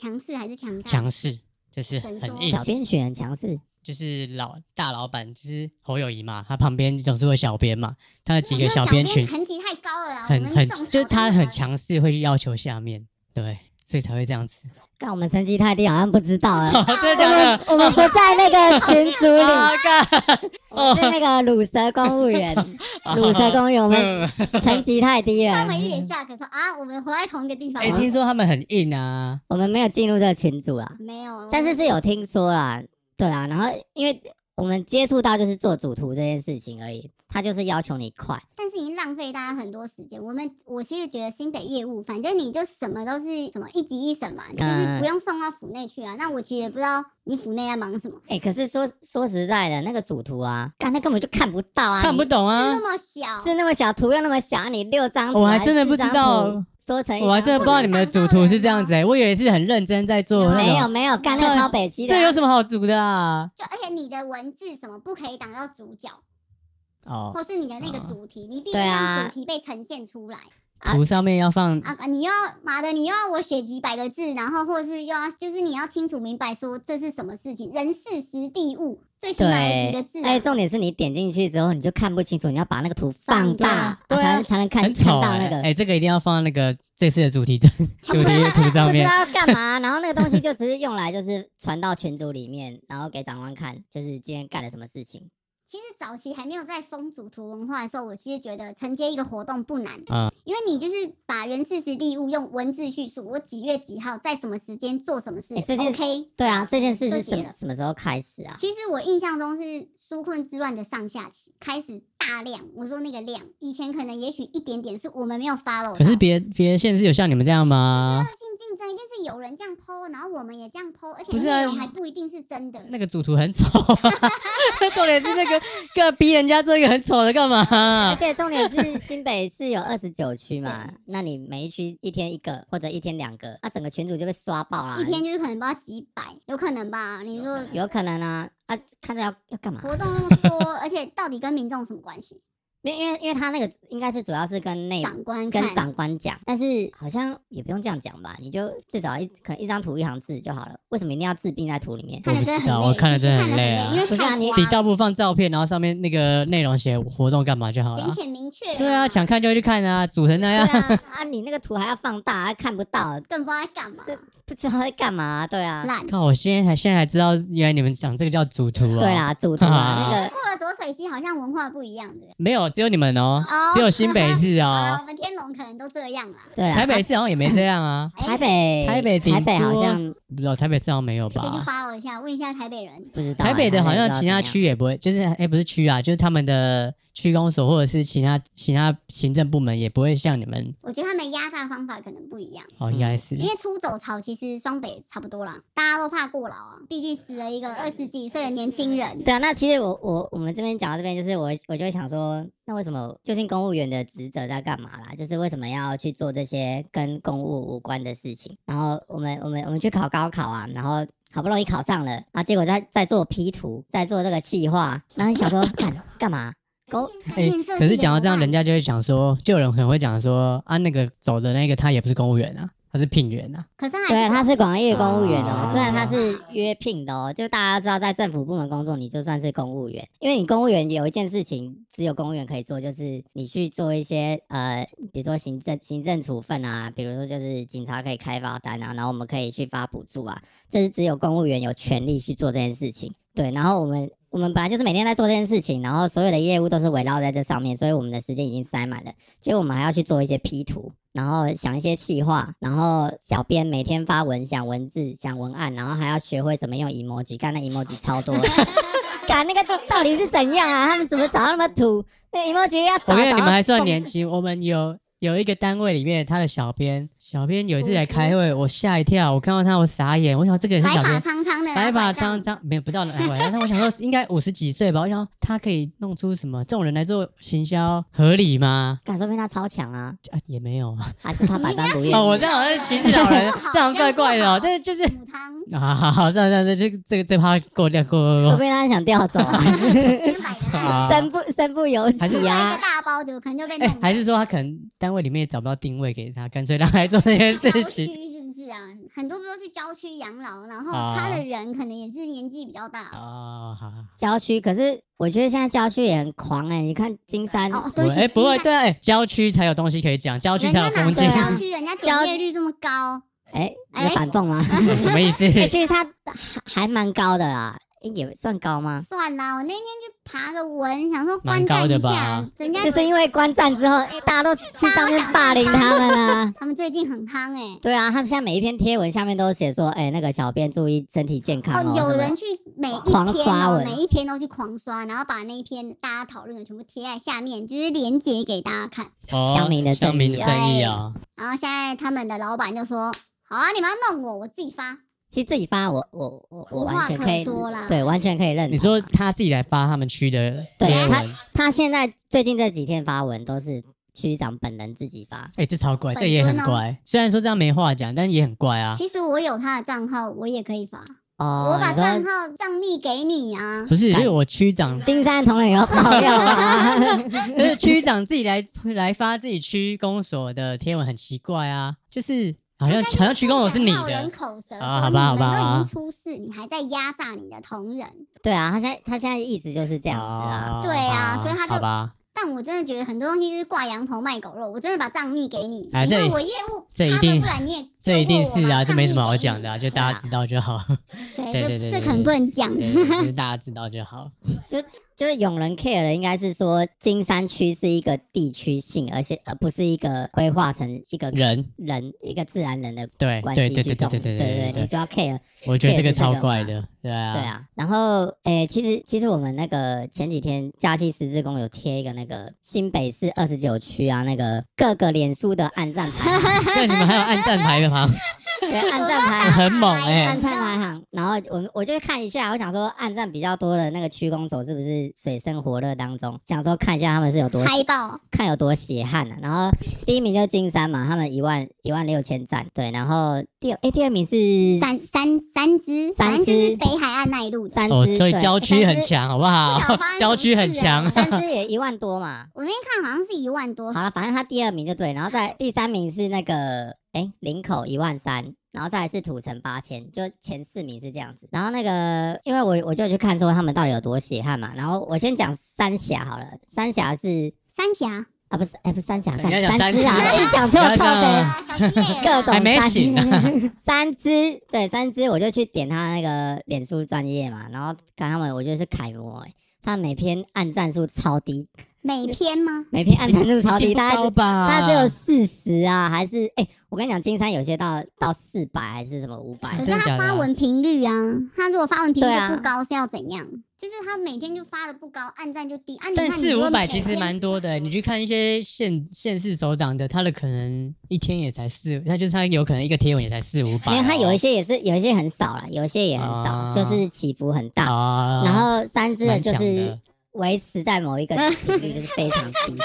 D: 强势还是强大？
C: 强势就是很硬
B: 小，编选很强势，
C: 就是老大老板就是侯友谊嘛，他旁边总是有小编嘛，他的
D: 我
C: 几
D: 觉得哦
C: 个
D: 小
C: 小编群
D: 层级太高了啦，我
C: 很
D: 们
C: 很
D: 这种
C: 就
D: 小
C: 是他
D: 编
C: 很
D: 的
C: 强势会去要求下面，对，所以才会这样子。
B: 看我们成绩太低，好像不知道 哎。我
C: 真的假
B: 们
C: 的？
B: 我们不在那个群组里，
C: 啊干！
B: 我们是那个乳蛇公务员， 乳蛇公务员，我们
C: 没有
B: 成绩太低了
D: 他，们一脸下课说啊，我们活在同一个地方
C: 哎，
D: 吗。
C: 听说他们很硬啊，
B: 我们没有进入这个群组啦。
D: 没有，
B: 但是是有听说啦，对啊，然后因为我们接触到就是做主图这件事情而已，他就是要求你快，
D: 但是已经浪费大家很多时间。我们我其实觉得新北业务，反正你就什么都是什么一级一审嘛，你
B: 嗯
D: 就是不用送到府内去啊。那我其实也不知道你府内在忙什么，
B: 哎、可是说说实在的，那个主图啊，干那根本就看不到啊，
C: 看不
B: 你
C: 懂啊
D: 那。么小，
B: 字那么小，图又那么小，你六张图，
C: 我还真的
B: 四
C: 不知
B: 张
C: 道
B: 图，缩成一
C: 我还真
B: 张
C: 的
B: 图
C: 不知道你们的主图是这样子哎、我以为是很认真在做那
B: 没有
C: 种。
B: 没有，干那个超北七的啊、
C: 这有什么好组的啊？
D: 就而且你的文字什么不可以挡到主角，
C: 哦，
D: 或是你的那个主题，你必须
B: 哦对啊
D: 让主题被呈现出来。
C: 图上面要放
D: 啊，你又要妈的，你又要我写几百个字，然后或者是又要就是你要清楚明白说这是什么事情，人事时地物，最起码有几个字、啊。
B: 哎，重点是你点进去之后你就看不清楚，你要把那个图放大，
C: 放大对啊
B: 才才能看看
C: 很丑
B: 到
C: 哎、
B: 那个
C: 哎、。这个一定要放在那个这次的 主题中主题的图上
B: 不知
C: 面。
B: 道要干嘛，然后那个东西就只是用来就是传到群组里面，然后给长官看，就是今天干了什么事情。
D: 其实早期还没有在风主图文化的时候，我其实觉得承接一个活动不难，
C: 嗯
D: 因为你就是把人事时地物用文字叙述，我几月几号在什么时间做什么事、
B: 哎这件
D: o k
B: 对啊，这件事是
D: 这写
B: 什么
D: 了
B: 什么时候开始啊？
D: 其实我印象中是纾困之乱的上下期开始大量，我说那个量，以前可能也许一点点是我们没有 follow，
C: 可是
D: 到
C: 别别的县市有像你们这样吗？
D: 恶性竞争一定是有人这样剖，然后我们也这样剖，而且
C: 不是啊
D: 内容还不一定是真的。
C: 那个主图很丑、啊 重点是那个个逼人家做一个很丑的干嘛、
B: 而 且重点 是新北市有二十九区嘛，那你每一区一天一个或者一天两个，那整个群组就被刷爆啦。
D: 一天就是可能不知道几百，有可能吧？你说
B: 有可能啊啊，看着要要干嘛？
D: 活动那么 多，而且到底跟民众有什么关系？
B: 因为因为因为他那个应该是主要是跟内
D: 长官看
B: 跟长官讲，但是好像也不用这样讲吧，你就至少一可能一张图一行字就好了，为什么一定要治病在图里面？
D: 看
C: 我
D: 了
C: 不
D: 真的
C: 知
D: 很累，
C: 道我看了
D: 其实
C: 真的
D: 看
C: 很
D: 得
C: 累
D: 累
C: 啊，
D: 因为
B: 不是啊
D: 太
B: 你
D: 花
C: 底大部分放照片，然后上面那个内容写活动干嘛就好
D: 简
C: 了。
D: 浅明确，
C: 啊对啊，想看就去看啊，组成那
B: 对
C: 样。
B: 啊，啊你那个图还要放大，还看不到，
D: 更不知道在干嘛，
B: 这不知道在干嘛、对啊，
D: 烂。
C: 靠！我现在才现在才知道，原来你们讲这个叫主图哦。
B: 对，啦，主图啊，那
D: 就是
B: 个
D: 过了浊水溪，好像文化不一样的。
C: 没有，只有你们哦，
D: 哦
C: 只有新北市
D: 啊，
C: 哦，
D: 我们天龙可能都这样啦。
B: 对啦，啊
C: 台北市好像也没这样啊。
D: 哎
B: 台北
C: 台北顶
B: 台北好
C: 多
B: 像
C: 不知道台北市好像没有
D: 哎可以去
C: 吧？
D: 发我一下，问一下台北人。
B: 不知道欸、
C: 台北的好
B: 不
C: 像
B: 知道
C: 其他
B: 怎样
C: 区也不会，就是哎、不是区啊，就是他们的区公所或者是其他其他行政部门也不会像你们
D: 我觉得他们压榨方法可能不一样，
C: 哦，应该是、
D: 因为出走潮其实双北差不多啦，大家都怕过劳啊，毕竟死了一个二十几岁的年轻人。
B: 对啊，那其实我我我们这边讲到这边，就是我我就会想说，那为什么究竟公务员的职责在干嘛啦？就是为什么要去做这些跟公务无关的事情？然后我们我们我们去考高考啊，然后好不容易考上了，然后结果在在做 P 图，在做这个企划，然后你想说干干嘛？公
C: 哎、
D: 面色
C: 可
D: 系的
C: 是讲到
D: 图
C: 这样，
D: 案
C: 人家就会讲说，就有人可能会讲说啊，那个走的那个他也不是公务员啊，他是聘员啊。
D: 可是他还是
B: 对啊，他是广义的公务员哦
C: 啊，
B: 虽然他是约聘的哦，就大家知道，在政府部门工作，你就算是公务员，因为你公务员有一件事情只有公务员可以做，就是你去做一些呃，比如说行政行政处分啊，比如说就是警察可以开罚单啊，然后我们可以去发补助啊，这是只有公务员有权利去做这件事情。对，然后我们我们本来就是每天在做这件事情，然后所有的业务都是围绕在这上面，所以我们的时间已经塞满了。结果我们还要去做一些 P 图，然后想一些企划，然后小编每天发文想文字、想文案，然后还要学会怎么用 emoji，干那 emoji 超多的。干那个到底是怎样啊？他们怎么找到那么土？那 emoji 要哦找
C: 我跟你讲，你们还
B: 找到
C: 算年轻，我们有有一个单位里面，他的小编，小编有一次来开会，我吓一跳，我看到他我傻眼，我想这个也是
D: 白
C: 小
D: 发
C: 编。
D: 苍苍的，
C: 白发
D: 然后
C: 苍苍，没有不到来回，但我想说应该五十几岁吧。我想说他可以弄出什么这种人来做行销，合理吗？
B: 干，说明他超强啊，
C: 啊，也没有啊。
B: 还是他百般不愿
D: 你
B: 意？
D: 不要
C: 哦，我这样好像是歧视老人，这样怪怪的、哦。但是就是
D: 这样母汤，
C: 啊，好好，算了算了，这这个这趴过掉过过
B: 说
C: 过。
B: 不定他想调走啊，
D: 先摆个烂，
C: 啊
B: 身不身不由
C: 还是
B: 己
D: 来一
B: 啊
D: 个。大包就可能就被
C: 哎、
D: 弄了。
C: 还是说他可能单位里面也找不到定位给他，干脆让他来做这件
D: 郊
C: 事
D: 区
C: 情。
D: 是不是啊？很多不都去郊区养老，然后
C: 啊
D: 他的人可能也是年纪比较大。
C: 哦，好好。
B: 郊区，可是我觉得现在郊区也很狂哎、你看金山，
D: 哦，对
C: 我
D: 不起，
C: 哎，不会，
D: 金山
C: 对啊，哎郊区才有东西可以讲，郊区
D: 人家
C: 才有
D: 哪
C: 风
D: 是
C: 景，
D: 郊区，人家
B: 郊
D: 就业率这么高，
B: 哎、你
D: 哎
B: 在反讽 吗？
C: 嗯什么意思？
B: 哎、其实它还还蛮高的啦，哎也算高吗？
D: 算啦。我那天去爬个文，想说观
C: 蛮高
D: 战
C: 的
D: 一
C: 吧
D: 下，人家
B: 就是因为观战之后，哎大家都去上面霸凌他们啊。
D: 他们最近很夯哎。
B: 对啊，他们现在每一篇贴文下面都写说，哎、那个小编注意身体健康
C: 啊
B: 哦。
D: 哦，有
B: 什么
D: 人去每一
B: 狂
D: 篇
B: 刷
D: 哦
B: 文，
D: 每一篇都去狂刷，然后把那一篇大家讨论的全部贴在下面，就是连接给大家看。
C: 哦
B: 乡民的正义
C: 乡民的正义啊！
D: 然后现在他们的老板就说：“好啊，你们要弄我，我自己发。
B: 其实自己发我我我我
D: 无话
B: 完全可以
D: 可说啦
B: 对，完全可以认同。
C: 你说他自己来发他们区的
B: 对
C: 贴文，
B: 他他现在最近这几天发文都是区长本人自己发，
C: 哎，这超怪，
D: 本
C: 这也很
D: 尊哦
C: 怪。虽然说这样没话讲，但也很怪啊。
D: 其实我有他的账号，我也可以发。
B: 哦，
D: 我把
B: 你说
D: 账号账密给你啊。
C: 不是，因
B: 干
C: 为我 区长，
B: 金山同仁有爆料 啊，
C: 就是区长自己来来发自己区公所的贴文，很奇怪啊，就是好像好像区公所是你
D: 好人
C: 的，
D: 口舌
C: 啊
D: 说
C: 好吧
D: 你们
C: 好吧好
D: 都已
C: 吧
D: 经出事，你还在压榨你的同仁。
B: 对啊，他现在他现在一直就是这样子啦。
C: 哦
D: 对啊所以他就
C: 好吧，
D: 但我真的觉得很多东西就是挂羊头卖狗肉，我真的把账密给你，
C: 哎
D: 你
C: 这
D: 看我业务，
C: 这一
D: 他们
C: 定
D: 不然你也
C: 这一定是啊，这
D: 这
C: 没什么好讲的、啊，就大家
B: 对啊
C: 知道就好，
D: 对
C: 对对对对
D: 这这可能不能讲。
C: 对就是大家知道就好。
B: 就是永仁 care 的应该是说金山区是一个地区性，而且而呃不是一个规划成一个
C: 人，
B: 人一个自然人的
C: 对
B: 关
C: 对
B: 系
C: 对
B: 去
C: 对对
B: 动。
C: 对
B: 对
C: 对
B: 你，就要 care。
C: 我觉得这个
B: care 是这
C: 超
B: 个
C: 怪
B: 嘛
C: 的，对
B: 对
C: 啊，
B: 啊，然后诶、其实其实我们那个前几天假期十字宫有贴一个那个新北市二十九区啊，那个各个脸书的暗战排行，
C: 对，你们还有暗战牌 的吗？
B: 对，暗战排 行。
C: 很猛哎、
B: 啊暗战排行，然后我我就看一下，我想说暗战比较多的那个区公所是不是水深火热当中？想说看一下他们是有多
D: 嗨爆！
B: 看有多血汗啊！然后第一名就是金山嘛，他们一万一万六千赞，对。然后第二，哎，第二名是
D: 三三三只，
B: 三
D: 反正就是
B: 只
D: 北海岸那一路的。
B: 三只，
C: 哦，所以
B: 对
C: 郊区很，强，好
D: 不
C: 不
D: 晓
C: 好
D: 得 发？生
C: 郊
D: 什么
C: 区很
D: 事
C: 强
D: 欸，
B: 三只三只也一万多嘛。
D: 我那天看好像是一万多，
B: 好了，反正他第二名就对，然后再第三名是那个哎林口一万三，然后再来是土城八千，就前四名是这样子。然后那个因为我我就有去看说他们到底有多血汗嘛，然后我先讲三峡好了，三峡是
D: 三峡
B: 啊不是哎不是三峡，
C: 你
B: 干
C: 要讲
B: 三只
C: 三
B: 啊，
C: 只
B: 哎讲错
C: 不要
B: 了
C: 这
B: 靠
C: 样
B: 北
C: 啊。
D: 啊，小鸡类
B: 各种
D: 啦
C: 还没
B: 三
C: 醒
B: 三只对三只，我就去点他那个脸书专业嘛，然后看他们，我觉得是楷模、欸，他每篇按赞数超低，
D: 每篇吗？
B: 每篇按赞数 超低，
C: 一定不
B: 大概
C: 高
B: 只
C: 吧？
B: 大概只有四十啊，还是哎、我跟你讲，金山有些到到四百还是什么五百
D: 可，是
C: 真的
D: 他
C: 假的
D: 发
C: 啊
D: 文频率啊，他如果发文频率
B: 对啊
D: 就不高是要怎样？就是他每天就发的不高，按赞就低啊。你
C: 但
D: 看
C: 四五百其实。
D: 你
C: 蛮
D: 如果每天
C: 多的欸、你去看一些县县市首长的，他的可能一天也才四，他就是他有可能一个贴文也才四五百哦、
B: 没有，他有一些也是有一些很少啦，有一些也很少，
C: 啊
B: 就是起伏很大。
C: 啊，
B: 然后三只的
C: 蛮
B: 就
C: 强
B: 是
C: 的
B: 维持在某一个
D: 嗯
B: 频率，就是非常低，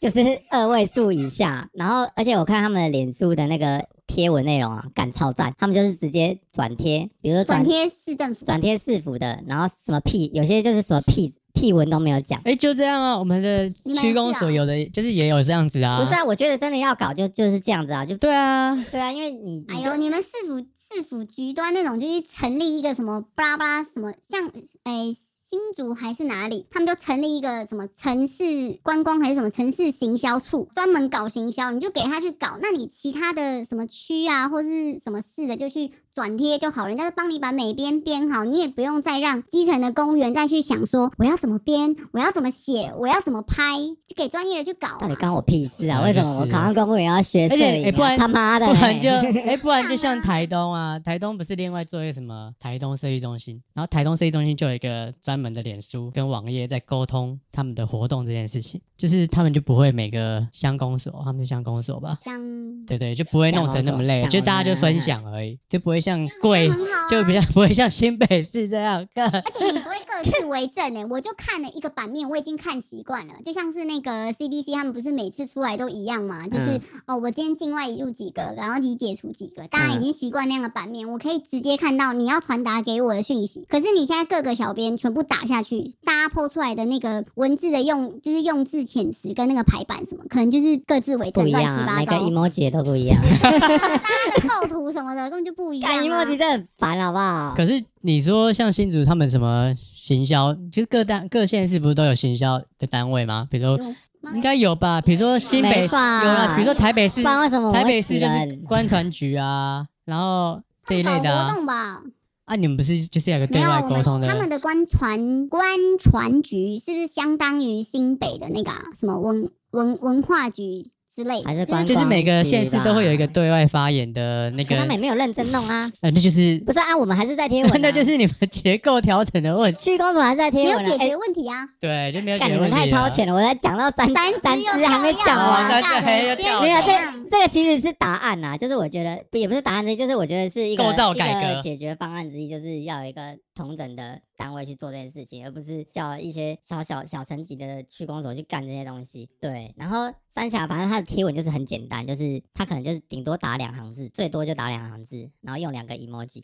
B: 就是二位数以下。然后，而且我看他们的脸书的那个贴文内容啊，干超赞，他们就是直接转贴，比如说转
D: 转贴市政府，
B: 转贴市府的，然后什么屁，有些就是什么屁屁文都没有讲。
C: 哎、就这样啊，我们的
D: 你们
C: 区公
D: 是啊
C: 所有的就是也有这样子啊，
B: 不是啊，我觉得真的要搞就就是这样子啊，就
C: 对啊，
B: 对啊，因为你
D: 哎
B: 你
D: 呦，
B: 就
D: 你们市府市府局端那种，就是成立一个什么巴拉巴拉什么，像哎新竹还是哪里，他们就成立一个什么城市观光还是什么城市行销处，专门搞行销，你就给他去搞。那你其他的什么区啊，或是什么市的，就去转贴就好，人家就帮你把每边编好，你也不用再让基层的公务员再去想说我要怎么编，我要怎么写，我要怎么拍，就给专业的去搞
B: 到
D: 嘛
B: 底关我屁事啊？
C: 啊
B: 为什
C: 就
B: 么我
C: 是
B: 考上公务员要学摄
C: 而且哎
B: 影
C: 不
B: 啊？
C: 然
B: 他妈的
C: 不
B: 嘞，
C: 然 就哎、不然就
D: 这样
C: 像
D: 啊
C: 台东啊，台东不是另外做一个什么台东设计中心，然后台东设计中心就有一个专门的脸书跟网页在沟通他们的活动这件事情，就是他们就不会每个乡公所，他们是乡公所吧？
D: 像
C: 对对，就不会弄成那么累，
B: 乡公所
C: 就大家就分享而已，就不会像
D: 这
C: 贵
D: 样，很好啊
C: 就比较不会像新北市这样。 干
D: 而且你不会各自为政呢、欸我就看了一个版面，我已经看习惯了。就像是那个 CDC 他们不是每次出来都一样嘛，就是、
B: 嗯
D: 哦，我今天境外移入几个，然后已解除几个，大家已
B: 嗯
D: 经习惯那样的版面，我可以直接看到你要传达给我的讯息。可是你现在各个小编全部打下去，大家 PO 出来的那个文字的用，就是用字遣词跟那个排版什么，可能就是各自为
B: 不
D: 政，
B: 一
D: 乱
B: 样
D: 七
B: 啊，
D: 八
B: 每个
D: 糟。
B: emoji 也都不一样。啊
D: 那构图什么的根本就不一 样、
B: 干 emoji 真
D: 啊。
B: 的很烦，好不好？
C: 可是你说像新竹他们什么行销，就是各单各县市不是都有行销的单位吗？比如说应该有吧，比如说新北
B: 没
C: 市有
B: 吧
C: 啦，比如说台北市
B: 不然为什么我
C: 台
B: 会
C: 北
B: 死
C: 市就是
B: 人
C: 观船局啊，然后这一类
D: 搞活
C: 的啊。
D: 动吧，
C: 啊，你们不是就是有个
D: 没
C: 对
D: 有，
C: 外
D: 我
C: 沟
D: 们
C: 通的
D: 他们的官船官船局是不是相当于新北的那个、啊、什么文文文化局之类的？
B: 还是
D: 就是
B: 观
C: 就是每个
B: 光局
C: 县市都会有一个
B: 吧
C: 对外发言的那
B: 可
C: 个
B: 他，们也没有认真弄啊。
C: 呃，那就是
B: 不是啊，我们还是在贴文、啊
C: ，那就是你们结构调整的问题，
B: 区公所还是在贴
D: 没
B: 文、
D: 有
B: 啊。
D: 解
B: 哎
D: 决问题啊，
C: 对，就没有解
B: 干、
C: 决
B: 你们
C: 问
B: 太
C: 题啊
B: 超
C: 了。
B: 前了，我才讲到三
D: 三
B: 三
D: 只
B: 只
D: 又啊
B: 还没
D: 跳
B: 讲
D: 跃
C: 完
B: 完。
C: 三只还要
D: 今天
C: 跳
B: 没有
D: 怎
B: 这
D: 样
B: 这个其实是答案呐、就是我觉得不也不是答案之一，就是我觉得是一个
C: 构造改革
B: 一个解决方案之一，就是要有一个同整的单位去做这件事情，而不是叫一些小小小层级的区公所去干这些东西。对，然后三峡反正他的贴文就是很简单，就是他可能就是顶多打两行字，最多就打两行字，然后用两个 emoji。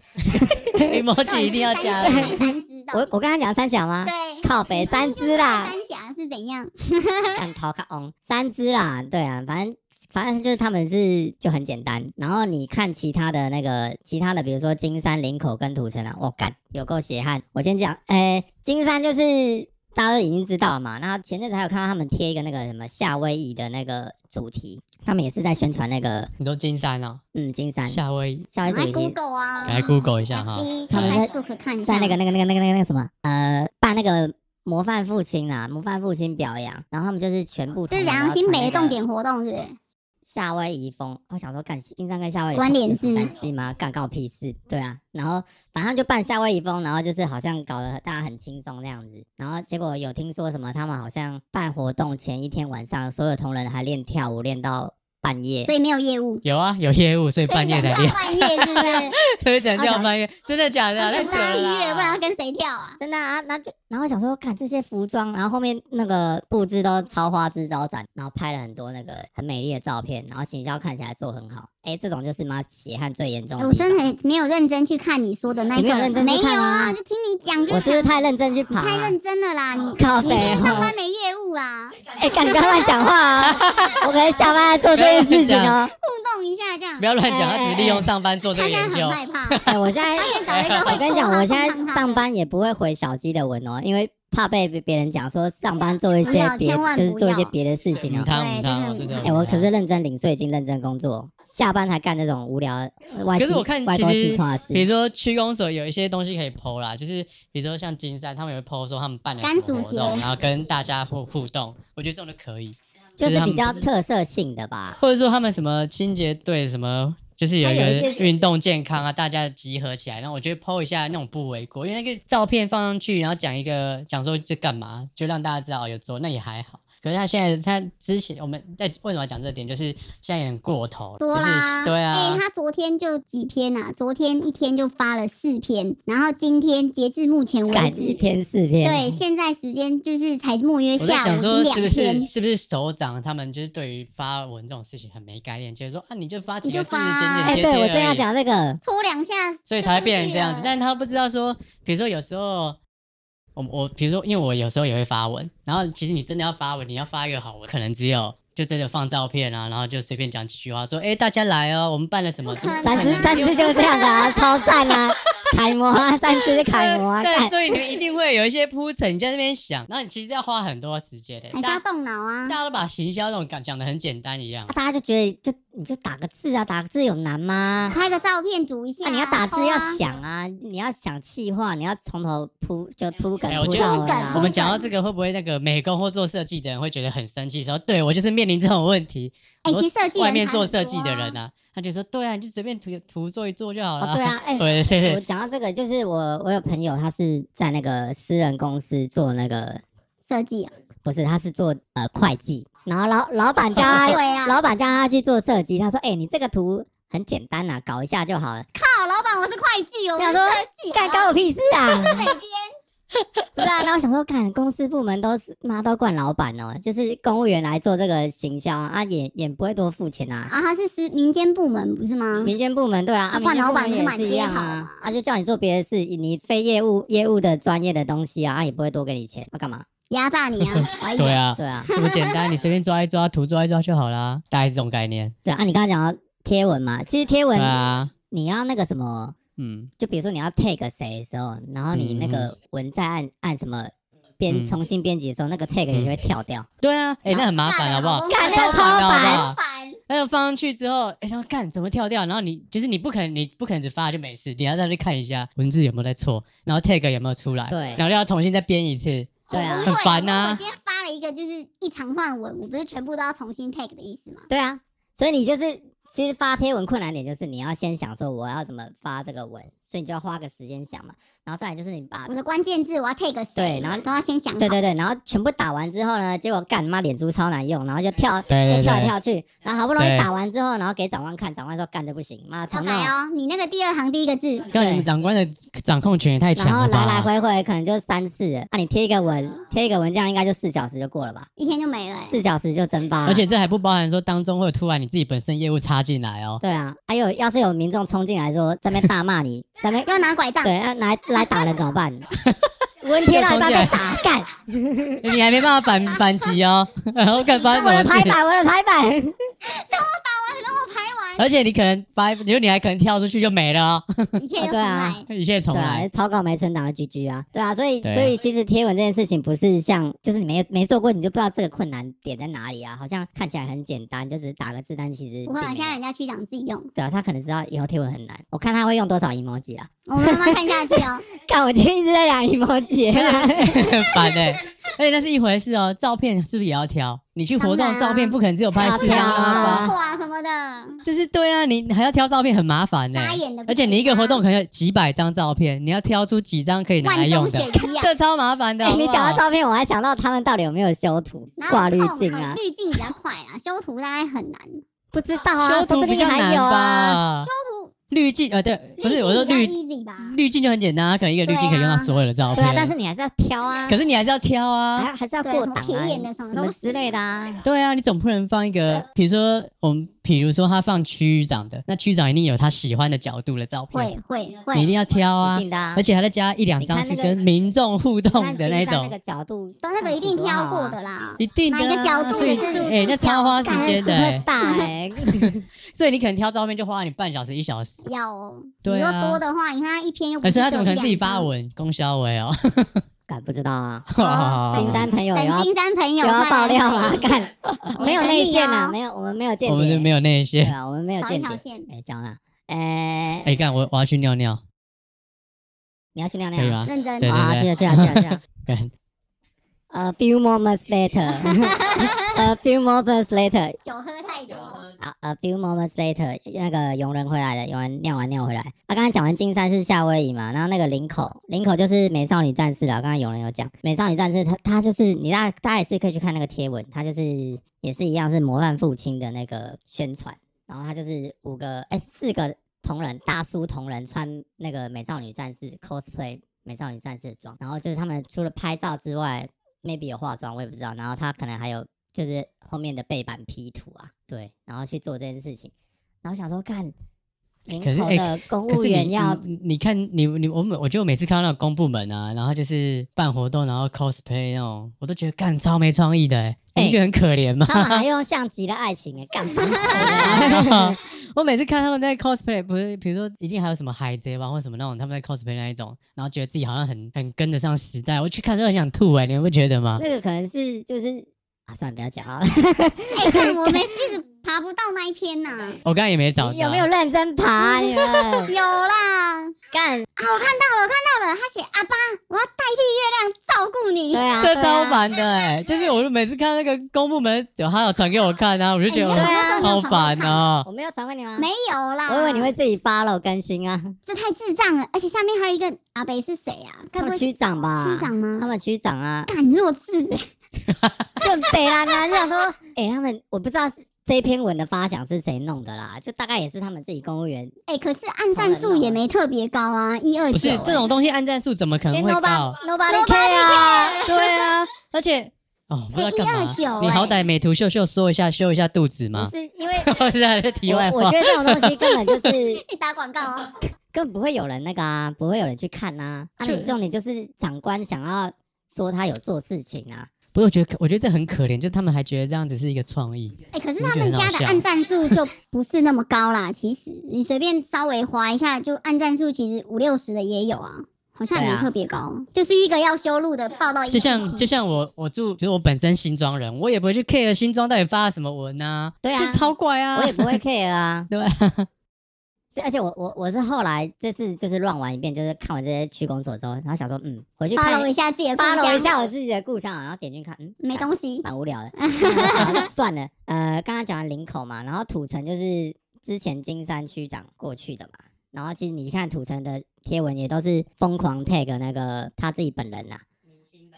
C: emoji 一定要加
D: 三。峡三知道
B: 我我刚刚讲三峡吗？
D: 对，
B: 靠北三只啦。
D: 三峡是怎样？
B: 看头看翁三只啦，对啊，反正反正就是他们是就很简单。然后你看其他的那个其他的，比如说金山、林口跟土城啊，我干有够血汗。我先讲，诶、金山就是大家都已经知道了嘛。那前阵子还有看到他们贴一个那个什么夏威夷的那个主题，他们也是在宣传那个
C: 你说金山啊，
B: 嗯金山
C: 夏威夷，
B: 夏威
D: 赶快
B: 夷主题。
D: Google 啊，
C: 来 Google 一下哈。
D: 你
B: 他
D: 上
B: 们在
D: Facebook 看一下
B: 在那个那个那个那个那个那个什么呃办那个模范父亲啊，模范父亲表扬，然后他们就是全部
D: 这哦是
B: 同仁
D: 怎样
B: 要
D: 新
B: 穿
D: 北
B: 那
D: 的
B: 个
D: 重点活动，是不是？
B: 夏威夷风，我想说干金山跟夏威夷
D: 关联是
B: 干系吗？干告屁事，对啊。然后反正就办夏威夷风，然后就是好像搞得大家很轻松那样子。然后结果有听说什么，他们好像办活动前一天晚上，所有同仁还练跳舞练到半夜
D: 所。以没有业务，
C: 有啊，有业务，所以半夜才
D: 所以
C: 练
D: 讲到，半夜 是不是？
C: 所以只
B: 啊
C: 能跳半夜，真的假的啊？
D: 而
C: 太
D: 且
C: 扯
D: 是七月，
C: 了
D: 不然
C: 啦
D: 要。跟谁跳啊？
B: 真的啊，那就然后想说，看这些服装，然后后面那个布置都超花枝招展，然后拍了很多那个很美丽的照片，然后行销看起来做很好。哎，这种就是妈血汗最严重
D: 哎
B: 的
D: 我
B: 地方。
D: 真的没有认真去看你说的那一
B: 你没有
D: 份
B: 认真去
D: 没有
B: 看吗
D: 啊，就听你讲，就
B: 我是不是太认真去爬、
D: 太认真了啦，你
B: 靠
D: 你
B: 北
D: 今天上
B: 哦！
D: 班没业务啊啦，
B: 哎，敢不要乱讲话 啊！我可能下班来做这件事情哦。
D: 互动一下这样
C: 不。要乱讲，
B: 哎
C: 他只是利用上班做这
D: 他
C: 个
D: 现在
C: 研究
D: 很。害怕，
B: 哎，我现在
D: 他现在找了一个会
B: 我跟你讲，
D: 做他
B: 我现在
D: 控制他的
B: 上班也不会回小鸡的文哦，因为怕被别人讲说上班做一
D: 不
B: 些
D: 要
B: 别，
D: 千万
B: 就是
D: 不
B: 做一些
D: 要
B: 别的事情
C: 母
B: 哦。
C: 汤母
D: 对真
C: 汤，
D: 的
C: 真的。
B: 哎，我可是认真领税金，认真工作，下班还干这种无聊呃外
C: 可是
B: 企
C: 我看
B: 外
C: 其
B: 公
C: 实
B: 气创的
C: 比
B: 事。
C: 如说区公所有一些东西可以剖啦，就是比如说像金山，他们也会剖说他们办了
D: 甘
C: 什么
D: 薯
C: 活
D: 节
C: 动，然后跟大家互互动，我觉得这种就可以。
B: 就
C: 其
B: 是
C: 实他
B: 比
C: 们
B: 较特色性的吧，
C: 或者说他们什么清洁队什么，就是有一
B: 还有一些
C: 个
B: 是
C: 运动健康啊，大家集合起来，然后我觉得 PO 一下那种不为过，因为那个照片放上去，然后讲一个讲说这干嘛，就让大家知道哦有做，那也还好。可是他现在他之前我们在为什么要讲这点，就是现在有点过头，就
D: 多
C: 是
D: 啦。
C: 对啊
D: 哎，，他昨天就几篇啊，昨天一天就发了四篇，然后今天截至目前为
B: 赶一
D: 止，
B: 天四天。
D: 对，现在时间就是才末约
C: 我在
D: 下午
C: 想
D: 已
C: 说
D: 经
C: 是不
D: 两
C: 是
D: 天。
C: 是不是首长他们就是对于发文这种事情很没概念，就是说啊你就发几
D: 你
C: 个
D: 就
C: 字，
D: 发啊
C: 简
B: 哎，
C: 简
B: 对
C: 贴
B: 我
C: 贴
B: 正要
C: 而已。
B: 讲这个，
D: 搓两下，
C: 所以才会变成这样子
D: 就出去。了
C: 但他不知道说，比如说有时候，我我比如说，因为我有时候也会发文，然后其实你真的要发文，你要发一个好文，可能只有就真的放照片啊，然后就随便讲几句话，说哎、大家来哦，我们办了啊什么，
D: 不可能啊
B: 三只三只就是这样的啊，超赞啊，楷模啊，三只楷模啊，
C: 对，
B: 干
C: 所以你们一定会有一些铺陈，你在那边想，然后你其实要花很多时间的、
D: 还是
C: 大
D: 要
C: 家
D: 动脑啊
C: 大。家都把行销那种讲讲的很简单一样
B: 啊，大家就觉得就你就打个字啊，打个字有难 吗？
D: 拍个照片组一下、
B: 啊，你要打字
D: 剖
B: 要
D: 啊
B: 想啊，你要想气话，你要从头铺就铺梗
C: 哎我
B: 铺
C: 觉得
B: 到尾
D: 铺
C: 我
B: 啊
D: 梗。
C: 们讲到这个，会不会那个美工或做设计的人会觉得很生气，说对我就是面临这种问题？
D: 哎
C: 我
D: 其实设计人
C: 外面
D: 还
C: 做
D: 很
C: 设
D: 多
C: 计的人
D: 啊
C: 啊，他就说对啊，你就随便涂涂做一做就好了。
B: 哦，对啊，哎、
C: 对对
B: 我
C: 对，
B: 讲到这个，就是我我有朋友，他是在那个私人公司做那个，
D: 设计啊，
B: 不是，他是做呃会计，然后老老板叫他，
D: 对啊，
B: 老板叫他去做设计，他说，哎、你这个图很简单呐、搞一下就好了。
D: 靠，老板我是会计，我不是
B: 想说
D: 设计，
B: 干
D: 好
B: 干我屁事啊！
D: 北边，
B: 不是啊，然后想说，看公司部门都是妈都惯老板哦，就是公务员来做这个行销啊啊，也也不会多付钱啊。
D: 啊，他是私民间部门不是吗？
B: 民间部门对啊，啊，
D: 啊
B: 民
D: 惯
B: 间部
D: 老
B: 门
D: 板
B: 也
D: 不是
B: 是
D: 满
B: 一
D: 街
B: 样
D: 跑
B: 啊
D: 吗，
B: 啊，就叫你做别的事，你非业务业务的专业的东西啊，啊，也不会多给你钱，要、干嘛？
D: 压 榨你啊，怀疑
C: 对啊，
B: 对啊，
C: 这么简单，你随便抓一抓，涂抓一抓就好啦，大概是这种概 念。
B: 对啊，你刚刚讲到贴文嘛，其实贴
C: 对
B: 文
C: 啊，
B: 你要那个什么，
C: 嗯，
B: 就比如说你要 tag 谁的时候，然后你那个文再按按什么编
C: 嗯
B: 重新编辑的时候，那个 tag 也就会跳掉。
C: 对啊，哎，那很麻烦好不
D: 哦
C: 好？
B: 干那个超
C: 烦的好不好
D: 超烦，
C: 那就放上去之后，哎，想说干怎么跳掉？然后你就是你不可能，你不可能只发就没事，你要再去看一下文字有没有在错，然后 tag 有没有出来，
B: 对
C: 然后要重新再编一次。
B: 对啊
D: 崩溃
C: 很烦啊
D: 我今天发了一个就是一长串文，我不是全部都要重新 take 的意思吗？
B: 对啊，所以你就是其实发贴文困难点就是你要先想说我要怎么发这个文，所以你就要花个时间想嘛。然后再来就是你把
D: 我的关键字我要 take 谁，
B: 对然后
D: 都要先想好。
B: 对对对，然后全部打完之后呢，结果干妈脸书超难用，然后就跳，
C: 对
B: 就
C: 对
B: 跳来
C: 对，
B: 跳去，然后好不容易
C: 对
B: 打完之后，然后给长官看，长官说干这不行，妈
D: 重
B: 重
D: 改
B: 弄，
D: 哦，你那个第二行第一个字，
C: 刚你们
B: 对
C: 长官的掌控权也太强
B: 然后
C: 了吧？
B: 来来回回可能就三次了，那、你贴一个文，贴一个文，这样应该就四小时就过了吧？
D: 一天就没了欸、
B: 四小时就蒸发了，
C: 而且这还不包含说当中会有突然你自己本身业务插进来哦。
B: 对啊，还有要是有民众冲进来说在那边大骂你，在那边
D: 要拿拐杖，
B: 对，啊来来打人怎么办？ 文贴到一半被打，干嗯
C: 你还没办法反 反击哦， 然后看发生
B: 我
C: 什
B: 的
C: 么
B: 排
C: 事，
B: 版，我的排版，
D: 等我拍完，
C: 而且你可能发，你说你还可能跳出去就没了哦，
D: 一切就重
B: 对啊
D: 来。
C: 一切重
B: 对啊
C: 来，。
B: 草稿没存档的 GG 啊，对啊，所以
C: 对啊
B: 所以其实贴文这件事情不是像，就是你没有没做过，你就不知道这个困难点在哪里啊，好像看起来很简单，就只是打个字，但其实
D: 不会啊，
B: 并没
D: 现
B: 有
D: 在人家区长自己用，
B: 对啊，他可能知道以后贴文很难，我看他会用多少 emoji 啊，
D: 我们慢慢看下去哦。
B: 看我今天一直在讲 emoji，啊
C: 很 烦哎、而且那是一回事哦，照片是不是也要挑？你去活
D: 当然
C: 动
D: 啊
C: 照片不可能只有拍
B: 要
C: 四
B: 挑
C: 张
B: 啊
C: 啊，
D: 错啊什么的，
C: 就是对啊，你还要挑照片很麻烦呢、
D: 扎眼的不行啊
C: 而且你一个活动可能有几百张照片，你要挑出几张可以拿来
D: 万
C: 用
D: 中
C: 的
D: 选，一 啊。
C: 这超麻烦的
B: 哎
C: 好不
B: 你
C: 好
B: 讲到照片，我还想到他们到底有没有修图
D: 哪有
B: 挂滤
D: 空
B: 镜啊？
D: 滤镜比较快啊，修图大概很难。
B: 不知道啊，
C: 修
B: 说
C: 图
B: 不
C: 比
B: 定
C: 较
B: 还
C: 难
B: 有啊。
C: 吧？
D: 修图
C: 滤镜呃，对，不是我说
D: 滤
C: 滤嗯
D: 镜比较 easy 吧？
C: 滤镜就很简单，它可能一个滤镜可以用到所有的照
B: 对
C: 片。
B: 啊，但是你还是要挑啊，
C: 可是你还是要挑啊。
B: 还还是要
D: 对
B: 过
D: 什么
B: 档啊，
D: 撇眼的什么
B: 什
D: 东
B: 么
D: 西
B: 之类的啊。
C: 对啊，你总不能放一个，比如说我们，比如说他放区长的，那区长一定有他喜欢的角度的照片，
D: 会会
C: 你一定
D: 会，
C: 要挑
B: 一
C: 啊，
B: 定的啊
C: 而，且还再加一两张是
B: 你看那个
C: 跟民众互
B: 你
C: 动
B: 看
C: 的
B: 金山那
C: 种
B: 个，角度，啊
D: 都哦那个一定挑过的啦。
C: 一定的啊
D: 哪一个角度
C: 所以
D: 是
C: 哎，那超花 时
B: 干。
C: 间的欸，
B: 大哎，
C: 所以你可能挑照片就花你半小时一小时。
D: 要哦，你
C: 对
D: 说
C: 啊
D: 多的话，你看他一篇又不
C: 可
D: 是只有一
C: 是他怎
D: 两
C: 么
D: 张。
C: 可能自己发 文？供销委哦，
B: 敢不知道啊？
D: 哦
B: 金山朋友有
D: 等
B: 要
D: 金山朋
B: 有
D: 友
B: 要
D: 快来
B: 爆料啊？
D: 回
B: 干，
D: 我
B: 没有
D: 等
B: 内
D: 你
B: 线
D: 哦
B: 啊，没有，我们没有间
C: 我们就没
B: 谍，
C: 有那
B: 对
C: 些。
B: 啊，我们没有
D: 找一
B: 间
D: 条
B: 谍。
C: 嗯
D: 线，
B: 哎，讲了，哎，
C: 哎，干我我要去尿尿，
B: 你要去尿
C: 可以
B: 尿啊？
C: 吗？
D: 认真
C: 对对
B: 啊，
C: 对
B: 去啊去啊去 啊去啊！
C: 干
B: A few moments later, a few moments later,
D: 酒喝太久了，
B: 啊，a few moments later，那个佣人回来了，佣人尿完尿回来。啊，刚才讲完金山是夏威夷嘛，然后那个林口，林口就是美少女战士了。刚才有人有讲美少女战士，它它就是你大大家也是可以去看那个贴文，它就是也是一样是模范父亲的那个宣传，然后它就是五个哎四个同人大叔同人穿那个美少女战士 cosplay 美少女战士的装，然后就是他们除了拍照之外，maybe 有化妆我也不知道，然后他可能还有就是后面的背板 P 图啊，对，然后去做这件事情，然后想说看林
C: 可是
B: 口
C: 哎
B: 的公
C: 可
B: 务
C: 是
B: 员
C: 你
B: 要
C: 你你看你你我每我觉得我每次看到那种公部门啊，然后就是办活动，然后 cosplay 那种，我都觉得干超没创意的、欸，你不
B: 哎
C: 觉得很可怜吗？
B: 他 们还用像极了爱情哎，干嘛？哎
C: 我每次看他们在 cosplay，不是比如说一定还有什么海贼王或什么那种，他们在 cosplay 那一种，然后觉得自己好像很很跟得上时代，我去看都很想吐哎、你们不觉得吗？
B: 那个可能是就是啊，算了，不要讲啊。
D: 哎，看我们一直爬不到那一篇呐。
C: 我刚刚也没找到，
B: 有没有认真爬、啊、你们？
D: 有啦，
B: 干
D: 啊，我看到了，我看到了，他写阿爸，我要代替月亮照顾你。
B: 对啊，
C: 这
B: 对啊
C: 超烦的哎、就是我就每次看那个公部门有他有传给我看啊，我就觉得
D: 哎
B: 对
C: 我
B: 啊
D: 你
C: 好
D: 有传
C: 烦
D: 给我看
C: 哦、
B: 我没有传给你吗？
D: 没有啦，
B: 嗯我以为你会自己发了更新啊。
D: 这太智障了，而且下面还有一个阿北是谁啊？
B: 他
D: 该不
B: 们
D: 会区
B: 区长吧？
D: 长
B: 他
D: 吗？，
B: 们区长啊
D: 敢弱智，
B: 就很北兰啊，就 想说，哎、他们我不知道是这篇文的发想是谁弄的啦，就大概也是他们自己公务员，
D: 哎，可是按战术也没特别高啊，一二九。
C: 不是这种东西，按战术怎么可能
B: 连
C: 会
B: nobody
C: 到？
B: nobody care 啊，
C: 对啊，而且哦，不知道干嘛。
D: 129
C: 你
D: 欸
C: 好歹美图秀秀缩一下，修一下肚子
B: 不
C: 嘛。
B: 是因为
C: 现在在题外
B: 我我
C: 话
B: 觉，得这种东西根本 就是
D: 哎打广告哦，
B: 根本不会有人那个啊，不会有人去看啊。啊，
C: 就
B: 你重点就是长官想要说他有做事情啊，
C: 不是， 我觉得我觉得这很可怜，就他们还觉得这样子是一个创意。
D: 哎，可是他们家的按战术就不是那么高啦。其实你随便稍微划一下，就按战术其实五六十的也有啊，好像也
B: 对
D: 没
B: 啊
D: 特别高，就是一个要修路的报道一
C: 就
D: 七七，
C: 像就像我我住，就是我本身新庄人，我也不会去 care 新庄到底发了什么文啊，
B: 对啊
C: 就超怪 啊
B: 我。也不会 care 啊。
C: 对
B: 是而且我我我是后来这次就是乱玩一遍，就是看完这些区公所之后，然后想说，嗯，回去
D: 发
B: 看
D: 了一下自己的故
B: 发
D: 乡
B: 了一下我自己的故乡啊，然后点进去看，嗯，
D: 没东西，
B: 蛮无聊的，然后就算了。呃，刚刚讲完林口嘛，然后土城就是。之前金山区长过去的嘛。然后其实你看土城的贴文也都是疯狂 tag 那个他自己本人呐、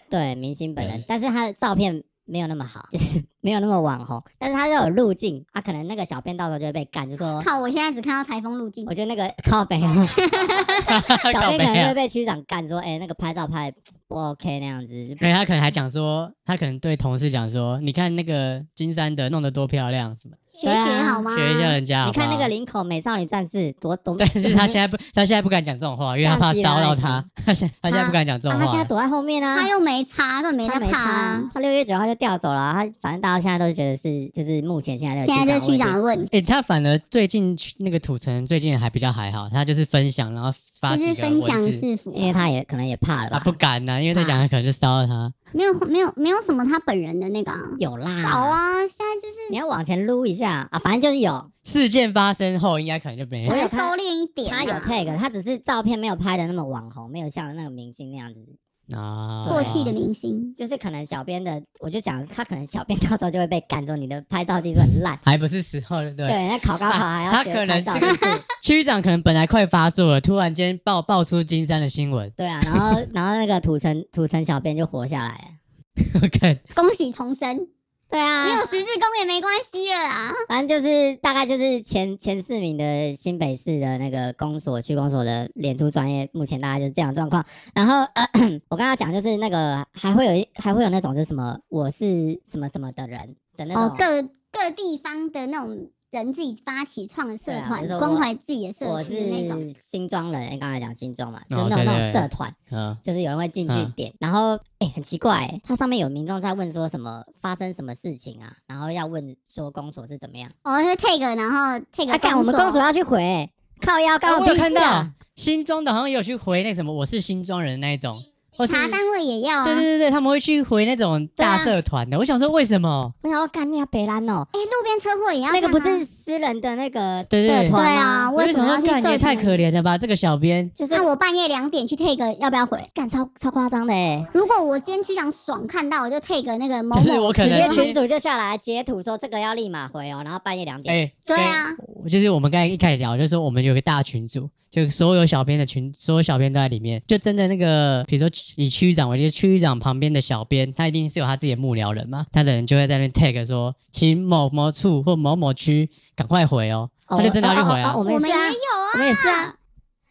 B: 对明星本人
E: 对，
B: 但是他的照片没有那么好，就是没有那么网红，但是他都有路径啊，可能那个小编到时候就会被干，就说
D: 靠，我现在只看到台风路径
B: 我，觉得那个靠北啊， 小
C: 靠
B: 编可
C: 北
B: 能
C: 啊
B: 会被区长干，说哎、那个拍照拍得不 OK 那样子，
C: 而且他可能还讲说，他可能对同事讲说，你看那个金山的弄得多漂亮，什么
D: 学
B: 对
D: 学
B: 啊
D: 好吗？
C: 学一下人家
B: 你
C: 好不好
B: 看那个林口美少女战士多 多，
C: 但是他现在不，他现在不敢讲这种话，因为他怕
B: 像极了
C: 骚到
B: 爱情
C: 他，他现他现在不敢讲这
B: 啊，
C: 种
B: 他现
C: 话
B: 在。躲在后面啊，
D: 他又没差，根本没
B: 他
D: 在
B: 没
D: 怕
B: 差
D: 啊。
B: 他六月九号就调走了啊、他反正大家现在都觉得是，就是目前现在
D: 现在
B: 这个
D: 这是区
B: 问
D: 长
B: 题
D: 的问题，
C: 诶，他反而最近去那个土城最近还比较还好，他就是分享，然后发
D: 就
C: 几
D: 是
C: 个
D: 分享
C: 文字，
D: 是福啊，
B: 因为他也可能也怕了吧，
C: 他啊不敢呐、因为再讲他可能就骚到他。
D: 没有没有没有什么他本人的那个啊，
B: 有啦，
D: 少，啊，现在就是
B: 你要往前撸一下啊，反正就是有，
C: 事件发生后，应该可能就没
D: 可
C: 有
B: 我。有
D: 能
B: 看
D: 收敛一点啊，
B: 他有 tag，他只是照片没有拍的那么网红，没有像那个明星那样子，
C: 啊，，
D: 过气的明星，
B: 就是可能小编的，我就讲他可能小编到时候就会被赶走，你的拍照技术很烂
C: 还不是时候，对不对？
B: 对，人家考高考还要
C: 他
B: 学
C: 可
B: 拍
C: 能
B: 照
C: 这个
B: 技术
C: 区长可能本来快发作了，突然间爆爆出金山的新闻，
B: 对啊，然后然后那个土城土城小编就活下来了，
C: 我看
D: 恭喜重生，
B: 对哦啊，
D: 没有十字弓也没关系了啊。
B: 反正就是大概就是前前四名的新北市的那个公所区公所的脸书专业，目前大概就是这样的状况。然后、 呃、我刚刚讲就是那个还会有一还会有那种就是什么我是什么什么的人的那
D: 哦
B: 种，，
D: 各各地方的那种人自己发起创的社
B: 对啊
D: 团，
B: 比如说
D: 关
B: 我
D: 怀自己的社
B: 我
D: 区的那种。
B: 是新庄人，刚才讲新庄嘛，就
C: 哦
B: 那种
C: 对
B: 那
C: 对
B: 种
C: 对
B: 社团，
C: 嗯，
B: 就是有人会进去
C: 嗯
B: 点，然后哎、很奇怪、它上面有民众在问说什么发生什么事情啊，然后要问说公所是怎么样，
D: 哦，就 tag，然后 tag
B: 啊，干我们公所要去回、欸靠腰，刚
C: 哦
B: 刚
C: 我有看
B: 啊
C: 到新庄的好像也有去回那什么，我是新庄人那一种，或是
D: 查单位也要啊。
C: 对对对对，他们会去回那种大
D: 对啊
C: 社团的。我想说为什么？
B: 我想要干你啊，北兰哦，
D: 哎，路边车祸也要
B: 那个
D: 这样
B: 不
D: 啊
B: 是私人的那个
C: 对对
B: 社团
D: 对啊，
B: 吗？
C: 我
D: 为
C: 就
D: 什
C: 想
D: 么要
C: 说，
D: 去
C: 干
D: 设
C: 也太
D: 计？
C: 可怜了吧，这个小编。
B: 就是
D: 那我半夜两点去 tag 要不要回？
B: 干超超夸张的哎，
D: 如果我今天区长爽看到，我就 tag 那个某
C: 就是
D: 某
C: 我可
B: 直接
C: 能
B: 群主就下来截图说这个要立马回哦，然后半夜两点，
C: 哎，
D: 对啊，
C: 我就是我们刚才一开始聊，就是说我们有个大群组，就所有小编的群，所有小编都在里面。就真的那个，比如说区以区长为例，区长旁边的小编，他一定是有他自己的幕僚人嘛，他的人就会在那边 tag 说，请某某处或某某区赶快回哦，
B: 哦
C: 他就真的要去回
B: 哦哦哦
C: 啊。
B: 我
D: 我
B: 们也
D: 们
B: 是
D: 也
B: 啊，
D: 有啊，
B: 我们也是啊，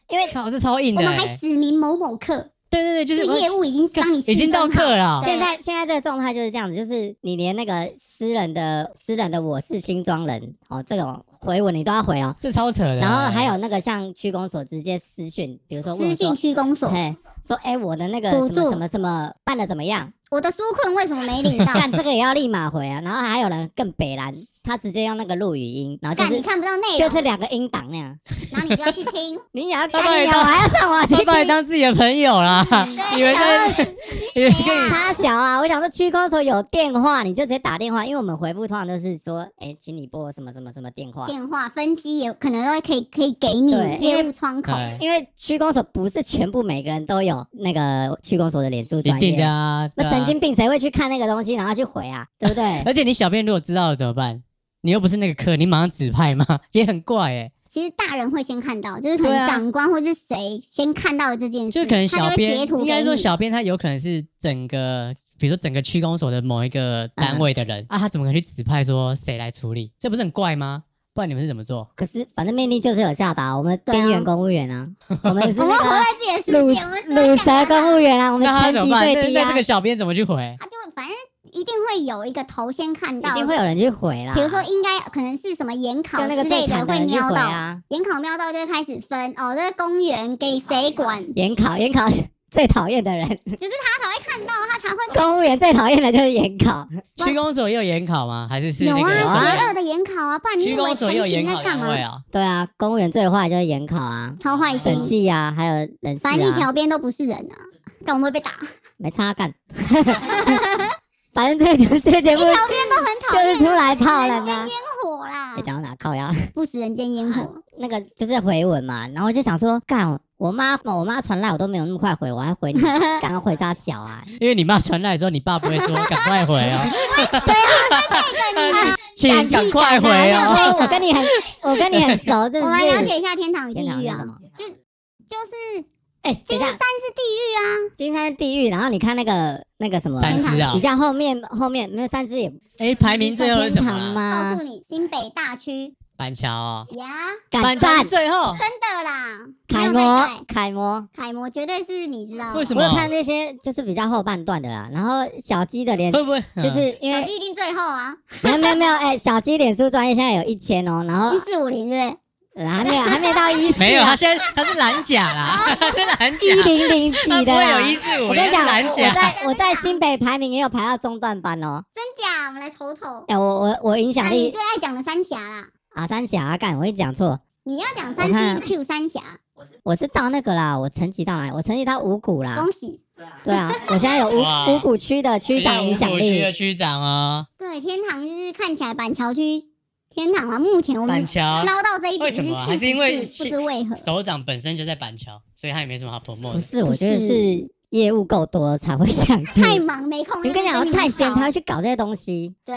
B: 因为
C: 靠，这超硬
D: 我
C: 的、
D: 们还
C: 欸。
D: 指明某某课，
C: 对对对，就
D: 就是业务已经帮你
C: 已经到
D: 区分好
C: 课了哦，
D: 对
B: 现在现在这个状态就是这样子，就是你连那个私人的私人的我是新庄人哦这种回文你都要回哦，
C: 这超扯的欸。
B: 然后还有那个像区公所直接私讯，比如说问我
D: 私
B: 说
D: 讯区公所，
B: 嘿，说哎、我的那个
D: 辅
B: 什么
D: 助
B: 什么什么办的怎么样？
D: 我的纾困为什么没 领到？
B: 干这个也要立马回啊！然后还有人更北蓝，他直接用那个录语音，然后就
D: 干你
B: 是
D: 看不到内
B: 就
D: 容，
B: 是两个音档那样。
D: 然后你就要去听。
B: 哎 你想要
C: 他
B: 干
C: 把你
B: 你啊，我
C: 当
B: 还要上网去
C: 他把你
B: 听。
C: 当自己的朋友啦，以为在以为跟你
B: 他小啊，我想说区公所有电话，你就直接打电话，因为我们回复通常都是说，哎、请你拨什么什么什么电话。
D: 电话分机也可能都可以可以给你
B: 对
D: 业务窗口，
C: 哎
B: 因为区公所不是全部每个人都有那个区公所的脸书
C: 一
B: 专
C: 定的
B: 业，
C: 啊，对
B: 那
C: 啊
B: 神。经病谁会去看那个东西，然后去回啊，对不对？
C: 而且你小便如果知道了怎么办？你又不是那个科，你马上指派吗？也很怪哎、
D: 其实大人会先看到，就是可
C: 对
D: 能
C: 啊
D: 长官或是谁先看到了这件
C: 就
D: 事，
C: 是可能
D: 他
C: 小
D: 就会
C: 编
D: 截图
C: 应该
D: 给
C: 说
D: 你。
C: 小编他有可能是整个，比如说整个区公所的某一个单位的人、啊，他怎么可能去指派说谁来处理？这不是很怪吗？不然你们是怎么做？
B: 可是反正命令就是有下达，我们
D: 对啊
B: 边缘公务员啊，我们是
D: 我们活
B: 那
D: 在自己的世
B: 个鲁
D: 界，我们
B: 鲁
D: 只想
B: 蛇
D: 办法
B: 公务员啊，我们
C: 那他怎
B: 层
C: 么
B: 级
C: 办？那
B: 最低
C: 那
B: 啊
C: 这个，小编怎么去回？
D: 他就反正一定会有一个头先看
B: 一
D: 到，
B: 定会有人去回啦。
D: 比如说应该可能是什么研考
B: 就那个
D: 之
B: 最
D: 类
B: 惨的
D: 会
B: 人去
D: 瞄
B: 回
D: 到，
B: 啊，嗯
D: 研考瞄到就会开始分哦，这个公园给谁管？
B: 研考 研考最讨厌的人，
D: 只是他才会看到，他才会
B: 公务员最讨厌的就是研 考。
C: 区公所也有研考吗？还是是
D: 有
C: 那
D: 啊，
C: 个
B: 啊
D: 邪恶的研考啊，不然你
C: 区
D: 以
C: 公
D: 为
C: 所
D: 陈
C: 也有
D: 情
C: 研考
D: 在干
C: 单
D: 嘛
C: 位？啊？
B: 对啊，公务员最坏就是研考啊，
D: 超坏
B: 审
D: 心，
B: 计啊，还有人事
D: 反正一
B: 啊，
D: 条边都不是人啊，但我们会 被打，
B: 没差啊 干。 反正这个这个节
D: 一
B: 目
D: 条边都很讨
B: 就
D: 厌，
B: 是出来
D: 人
B: 泡
D: 间
B: 人啊
D: 烟。火啦。
B: 诶哎讲到哪靠呀？
D: 不食人间烟火。
B: 那个就是回文嘛，然后我就想说，干我妈我妈传来我都没有那么快回，我还 回你，赶快回她小啊！
C: 因为你妈传来之后，你爸不会说赶快回哦，对啊， 请
B: 敢
C: 赶
B: 屁敢啊
C: 快回
B: 那
C: 哦
B: 个。所以我跟你很我跟你很熟，这
D: 我
B: 是
D: 们了解一下天堂与地
B: 天堂
D: 狱
B: 是
D: 啊
B: 什，么？
D: 就是
B: 哎，等
D: 金
B: 一
D: 山
B: 下
D: 是地啊
B: 金山地狱，然后你看那个那个什么
C: 三只啊
B: 比，较后面后面没有三只也
C: 哎，排名最后是
B: 天
C: 什么
B: 堂
D: 狱啊，告
C: 啊？
B: 吗
D: 诉？你新北大区
C: 板桥哦，
D: 呀，
B: 敢
C: 板桥
B: 赞
C: 是最后，
D: 真的啦，没
B: 楷
D: 有在
B: 模
D: 盖
B: 楷模，
D: 楷模绝对是你知道，
C: 为什
B: 我
C: 么
B: 有？看那些就是比较后半段的啦，然后小鸡的脸
C: 会不会
B: 就
C: 嗯
B: 是因
D: 小
B: 为
D: 鸡一定最后啊，
B: 没有没有没有哎，小鸡脸书专业现在有一千哦，然后
D: 一四五零对不对？
B: 呃还 没有还没到一
C: 嗯没有？他现在他是蓝甲啦，他是蓝甲，
B: 一零零
C: 他
B: 几
C: 不
B: 的
C: 会有
B: 啦。
C: 一四五
B: 我跟
C: 零
B: 你讲，
C: 蓝
B: 我
C: 甲。
B: 在我在新北排名也有排到中段班哦。
D: 真假？我们来瞅瞅。
B: 哎、我我我影
D: 那
B: 响
D: 你
B: 力
D: 最爱讲的三峡啦，
B: 啊，三峡啊干、我一讲错，
D: 你要讲
B: 我
D: 三
B: 看
D: 区是 Q 三峡，
B: 我是到那个啦，我成绩到哪里？我成绩到五股啦。
D: 恭喜。
B: 对啊，我现在有
C: 哇
B: 五五股区的区长影响
C: 五股区哎的
B: 力，
C: 区长哦，
D: 对，天堂就是看起来板桥区天堂啊，目前我们
C: 板桥
D: 捞到这一笔
C: 为什么啊还
D: 是
C: 是因为
D: 44不知为何，
C: 首长本身就在板桥，所以他也没什么好 promote
B: 不
C: 的。
B: 是，我觉得
D: 不是
B: 是业务够多才会这样
C: 嗯
B: 子。
D: 太忙没空。
B: 我跟你讲，
D: 那
B: 我
D: 个
B: 太闲才
D: 生命
B: 会
D: 很
B: 去
D: 少
B: 搞这些东西，
D: 对。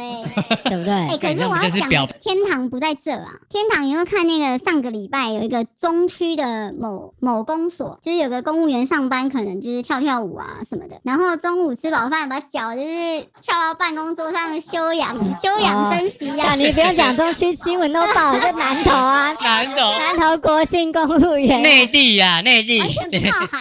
B: 对不对？
D: 哎、可是我
C: 那我
D: 要
C: 们就是
D: 讲
C: 表
D: 的天堂不在这啊！天堂有没有看那个上个礼拜有一个中区的某某公所，就是有个公务员上班，可能就是跳跳舞啊什么的，然后中午吃饱饭，把脚就是翘到办公桌上休养休养生息啊。
B: 啊，你不用讲，中区新闻都报了，就南投啊，
C: 南投
B: 南投国信公务员
C: 内地呀，内地
D: 完全不靠海，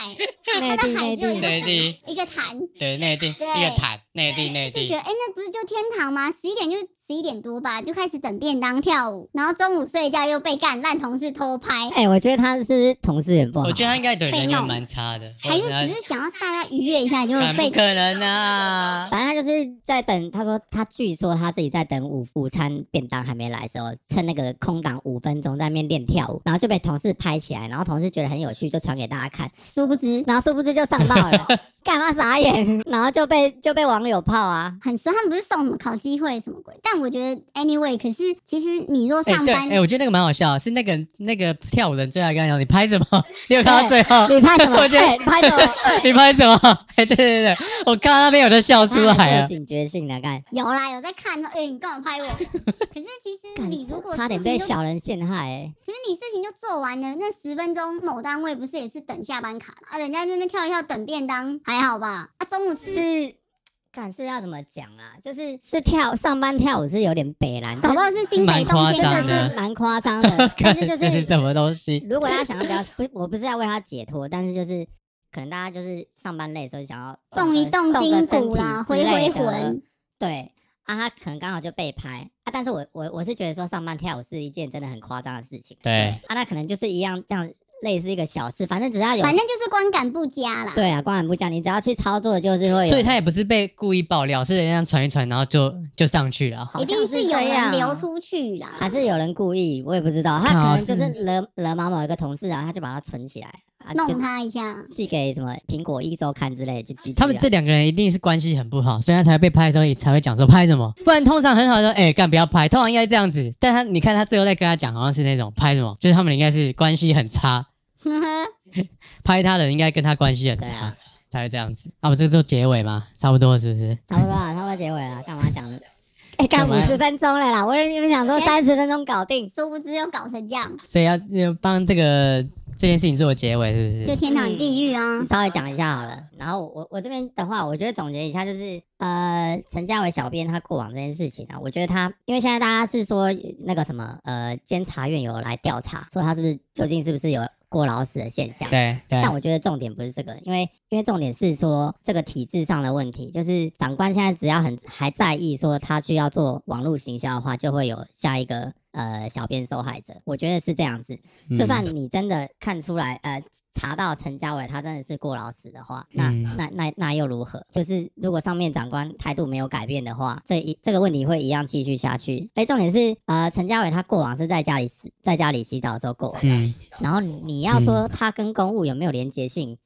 B: 内
D: 它
B: 地
D: 的海
B: 内
D: 只
B: 地，
D: 有一个
C: 内地
D: 一个潭，
C: 对内地一
D: 对
C: 个潭，内地内
D: 就觉
C: 地
D: 得哎、诶那不是就天堂吗？十一点就是十一点多吧，就开始等便当跳舞，然后中午睡觉又被干烂同事偷拍，
B: 哎，我觉得他是不是同事缘不好？
C: 我觉得他应该对人
D: 被
C: 也
D: 弄
C: 蛮差的，
D: 还是
C: 哎我觉得
D: 只是想要大家愉悦一下就
C: 他
D: 会
C: 敢
D: 被
C: 不可能啊！
B: 反正他就是在等，他说他据说他自己在等午午餐便当还没来的时候，趁那个空档五分钟在那边练跳舞，然后就被同事拍起来，然后同事觉得很有趣，就传给大家看，
D: 殊不知
B: 然后殊不知就上报 了，干嘛傻眼，然后就被就被网友泡 啊，
D: 很衰。他们不是送什么烤鸡会什么鬼？但我觉得 anyway，可是其实你若
C: 哎、
D: 上
C: 对，
D: 班，
C: 哎、我觉得那个蛮好笑的，是那个那个跳舞的人最爱跟他讲，你拍什么？ 你有看到最后？
B: 你拍什么？
C: 我觉得
B: 哎你拍什么？
C: 你拍什么？ 哎、对对对，我看到那边有的笑出
B: 他
C: 来啊
B: 有
C: 了。
B: 哎警觉性的啊干，
D: 有啦有在看，说哎、你干嘛拍我？可是其实
B: 干
D: 你如果
B: 差
D: 事
B: 点
D: 情
B: 被
D: 就，
B: 小人陷害、欸，
D: 可是你事情就做完了，那十分钟某单位不是也是等下班卡啊？人家在那边跳一跳等便当还好吧？啊，中午吃
B: 是。干是要怎么讲啦？就是是跳上班跳舞是有点北蓝，
D: 搞不好是新北东
B: 真
D: 街
C: 蛮夸张
B: 的
C: 的
B: 是蛮夸张 的，但 是就
C: 这是
B: 是
C: 什么东西？
B: 如果大家想要比较不，我不是要为他解脱，但是就是可能大家就是上班累的时候就想要
D: 动一
B: 动
D: 动
B: 个
D: 筋
B: 身
D: 骨啦，
B: 体
D: 回
B: 之
D: 回
B: 类的
D: 魂。
B: 对啊，他可能刚好就被拍啊，但是我我我是觉得说上班跳舞是一件真的很夸张的事情。
C: 对
B: 啊，那可能就是一样这样类似一个小事，反正只要有
D: 反正就是观感不佳啦。
B: 对啊，光然不讲，你只要去操作就是
D: 啊
B: 会有，
C: 所以他也不是被故意爆料，是人家传一传，然后就就上去了。
B: 好
D: 一定
B: 像
D: 是
B: 是
D: 有
B: 这
D: 人
B: 样
D: 流出去啦。
B: 还是有人故意，我也不知道，他可能就是惹惹毛某一个同事啊，他就把他存起来啊，
D: 弄
B: 就
D: 他一下，
B: 寄给什么苹果一周刊之类的，就 GT
C: 他们
B: 啊
C: 这两个人一定是关系很不好，所以他才会被拍的时候也才会讲说拍什么，不然通常很好说，哎、干不要拍，通常应该这样子。但他你看他最后再跟他讲，好像是那种拍什么，就是他们应该是关系很差，
D: 呵呵，
C: 拍他的人应该跟他关系很
B: 对
C: 差、
B: 啊
C: 才会这样子。啊，我们这个做结尾嘛，差不多了是不是？
B: 差不多啊了，差不多结尾了，干嘛讲？哎、干
C: 干
B: 五
C: 嘛
B: 十分钟了啦，我原本想
D: 哎
B: 说三十分钟搞定，
D: 殊不知又搞成这样，
C: 所以要要帮这个这件事情做结尾是不？
D: 就是天堂
B: 嗯
D: 与地狱啊！
B: 稍微讲一下好了。然后我我这边的话，我觉得总结一下就是，呃，陈嘉伟小编他过往这件事情啊，我觉得他因为现在大家是说那个什么呃，监察院有来调查，说他是不是究竟是不是有过劳死的现象。
C: 对对
B: 但我觉得重点不是这个，因为因为重点是说这个体制上的问题，就是长官现在只要很还在意说他需要做网络行销的话，就会有下一个呃小编受害者。我觉得是这样子，
C: 嗯
B: 就算你真的看出来呃查到陈家伟他真的是过劳死的话，那、
C: 嗯
B: 那那那又如何？就是如果上面长官态度没有改变的话，这一这个问题会一样继续下去。哎，重点是呃陈家伟他过往是在家里死，在家里洗澡的时候过往。
C: 嗯，
B: 然后你你要说它跟公务有没有连结性，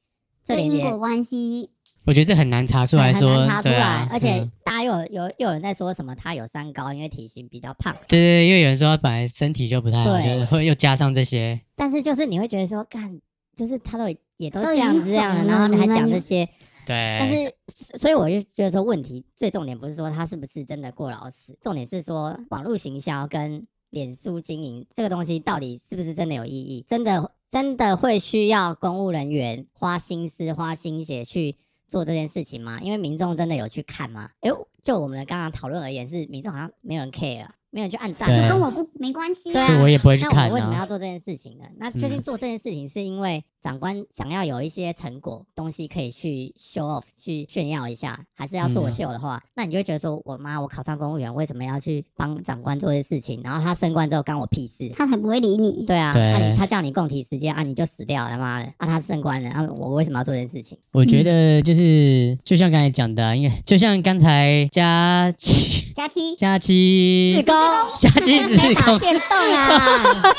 B: 这
D: 这
B: 连
D: 因
B: 接
D: 果关系
C: 我觉得这很难查出来
B: 很很
C: 说，
B: 难查出
C: 对
B: 来，
C: 啊
B: 而且
C: 嗯
B: 大家又有有又有人在说什么他有三高，因为体型比较胖，
C: 对对对，因为有人说他本来身体就不太好，
B: 对
C: 就是会又加上这些，
B: 但是就是你会觉得说，干，就是他都也都
D: 都
B: 这
D: 已
B: 样
D: 经
B: 子这样了，
D: 走了
B: 然后你还讲
D: 你们
B: 这些，
C: 对，
B: 但是所所以我就觉得说，问题最重点不是说他是不是真的过劳死，重点是说网络行销跟脸书经营这个东西到底是不是真的有意义，真的真的会需要公务人员花心思花心血去。做这件事情吗？因为民众真的有去看吗？哎，就我们刚刚讨论而言，是民众好像没有人 care，没有人去按赞，
D: 就
C: 对
D: 跟我不没关系
B: 对啊
C: 就我也不会去
B: 那我
C: 看
B: 们为什么要
C: 啊。
B: 做这件事情呢？那最近
C: 嗯
B: 做这件事情是因为长官想要有一些成果东西可以去 show off 去炫耀一下，还是要
C: 嗯
B: 作秀的话，那你就会觉得说，我妈我考上公务员，为什么要去帮长官做这些事情？然后他升官之后干我屁事？
D: 他才不会理你。
B: 对啊，
C: 对
B: 那、你他叫你供体时间啊，你就死掉了，他妈的！啊，他升官了，啊，我为什么要做这件事情？
C: 我觉
B: 嗯
C: 得就是就像刚才讲的啊，因为就像刚才佳 琪
D: 佳期
C: 佳琪
B: 自宫，
C: 佳琪只
B: 在
C: 是
B: 打
C: 空
B: 电动啊，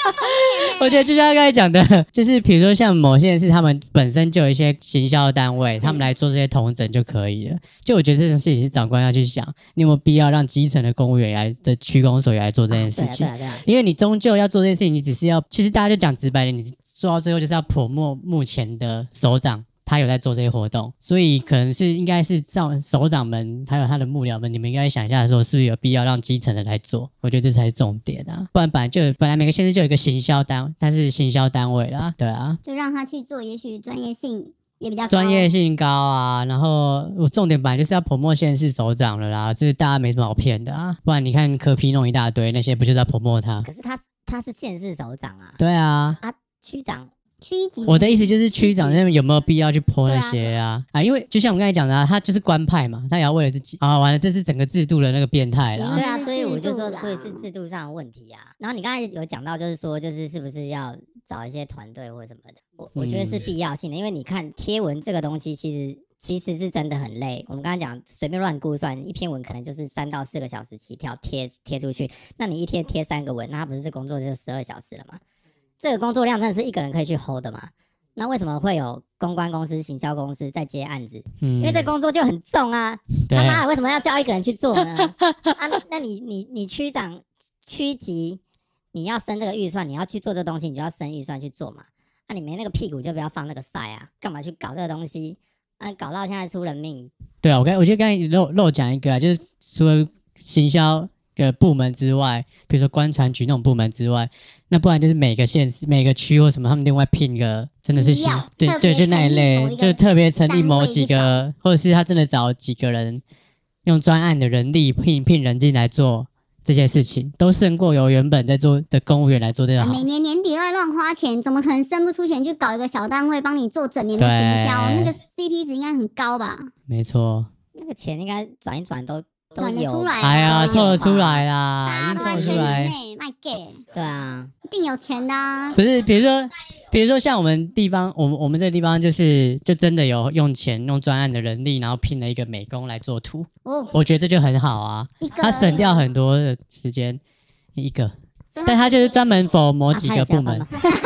C: 我觉得就像刚才讲的，就是比如说像某些人是他们本身就有一些行销单位，
B: 嗯
C: 他们来做这些同整就可以了。就我觉得这种事情是长官要去想，你有没有必要让基层的公务员来的区公所也来做这件
B: 对
C: 事
B: 啊，对
C: 情？
B: 啊，对啊。
C: 因为你终究要做这件事情，你只是要，其实大家就讲直白点，你做到最后就是要泼墨目前的首长。他有在做这些活动，所以可能是应该是上首长们还有他的幕僚们，你们应该想一下，说是不是有必要让基层的来做？我觉得这才是重点啊，不然本来就本来每个县市就有一个行销单，但是行销单位啦，对啊，
D: 就让他去做，也许专业性也比较高
C: 专业性高啊，然后我重点本来就是要泼墨县市首长了啦，这大家没什么好骗的啊，不然你看柯批弄一大堆，那些不就是在泼墨他？
B: 可是他他是县市首长啊，
C: 对啊，
B: 区长
D: 区级。
C: 我的意思就是区长那边有没有必要去泼那
D: 对
C: 些啊？啊，因为就像我们刚才讲的、啊，他就是官派嘛，他也要为了自己啊，完了，这是整个制度的那个变态
D: 啊
C: 啦
B: 对。啊，
D: 是
B: 所以我
D: 制
B: 就
D: 度
B: 说，所以
D: 啦
B: 是制度上的问题啊。然后你刚才有讲到，就是说，就是是不是要找一些团队或什么的？我我觉得
D: 嗯
B: 是必要性的，因为你看贴文这个东西，其实其实是真的很累。我们刚刚讲随便乱估算，一篇文可能就是三到四个小时起跳贴贴出去，那你一天贴三个文，那他不是工作就是十二小时了吗？这个工作量真的是一个人可以去 hold 的吗？那为什么会有公关公司、行销公司在接案子？
C: 嗯
B: 因为这工作就很重啊。
C: 对
B: 他妈的，为什么要叫一个人去做 呢？啊，那你你你区长区级，你要升这个预算，你要去做这东西，你就要升预算去做嘛。那、你没那个屁股就不要放那个赛啊，干嘛去搞这个东西？啊，搞到现在出人命，
C: 对啊，我刚我觉得刚才漏漏讲一个、啊，就是除了行销的部门之外，比如说官船局那种部门之外，那不然就是每个县市、每个区或什么，他们另外聘一个真的是
D: 只
C: 行
D: 要
C: 对
D: 特别
C: 对，就那一
D: 成立
C: 类
D: 某一，个
C: 就特别成立
D: 单
C: 某
D: 位
C: 几
D: 去搞
C: 个，或者是他真的找几个人用专案的人力聘聘人进来做。这些事情都胜过由原本在做的公务员来做这个
D: 啊
C: 好
D: 每，年年底都在乱花钱，怎么可能生不出钱去搞一个小单位帮你做整年的行销？
C: 对
D: 那个 CP 值应该很高吧？
C: 没错。
B: 那个钱应该转一转都都
D: 转得
B: 有
D: 出，来吧，
C: 哎呀，
B: 啊
C: 凑得出来
D: 大家
C: 啦，已
D: 都
C: 经
D: 在圈
C: 凑得出
D: 子
C: 来。
D: 内卖 gay，
B: 对啊，
D: 一定有钱的、啊。
C: 不是，比如说，比如说像我们地方，我们我们这个地方就是就真的有用钱用专案的人力，然后聘了一个美工来做图，
D: 哦，
C: 我觉得这就很好啊，
D: 一个
C: 他省掉很多的时间。一个，
B: 嗯
D: 所以
C: 但他就是专门否某
B: 我
C: 几个部门，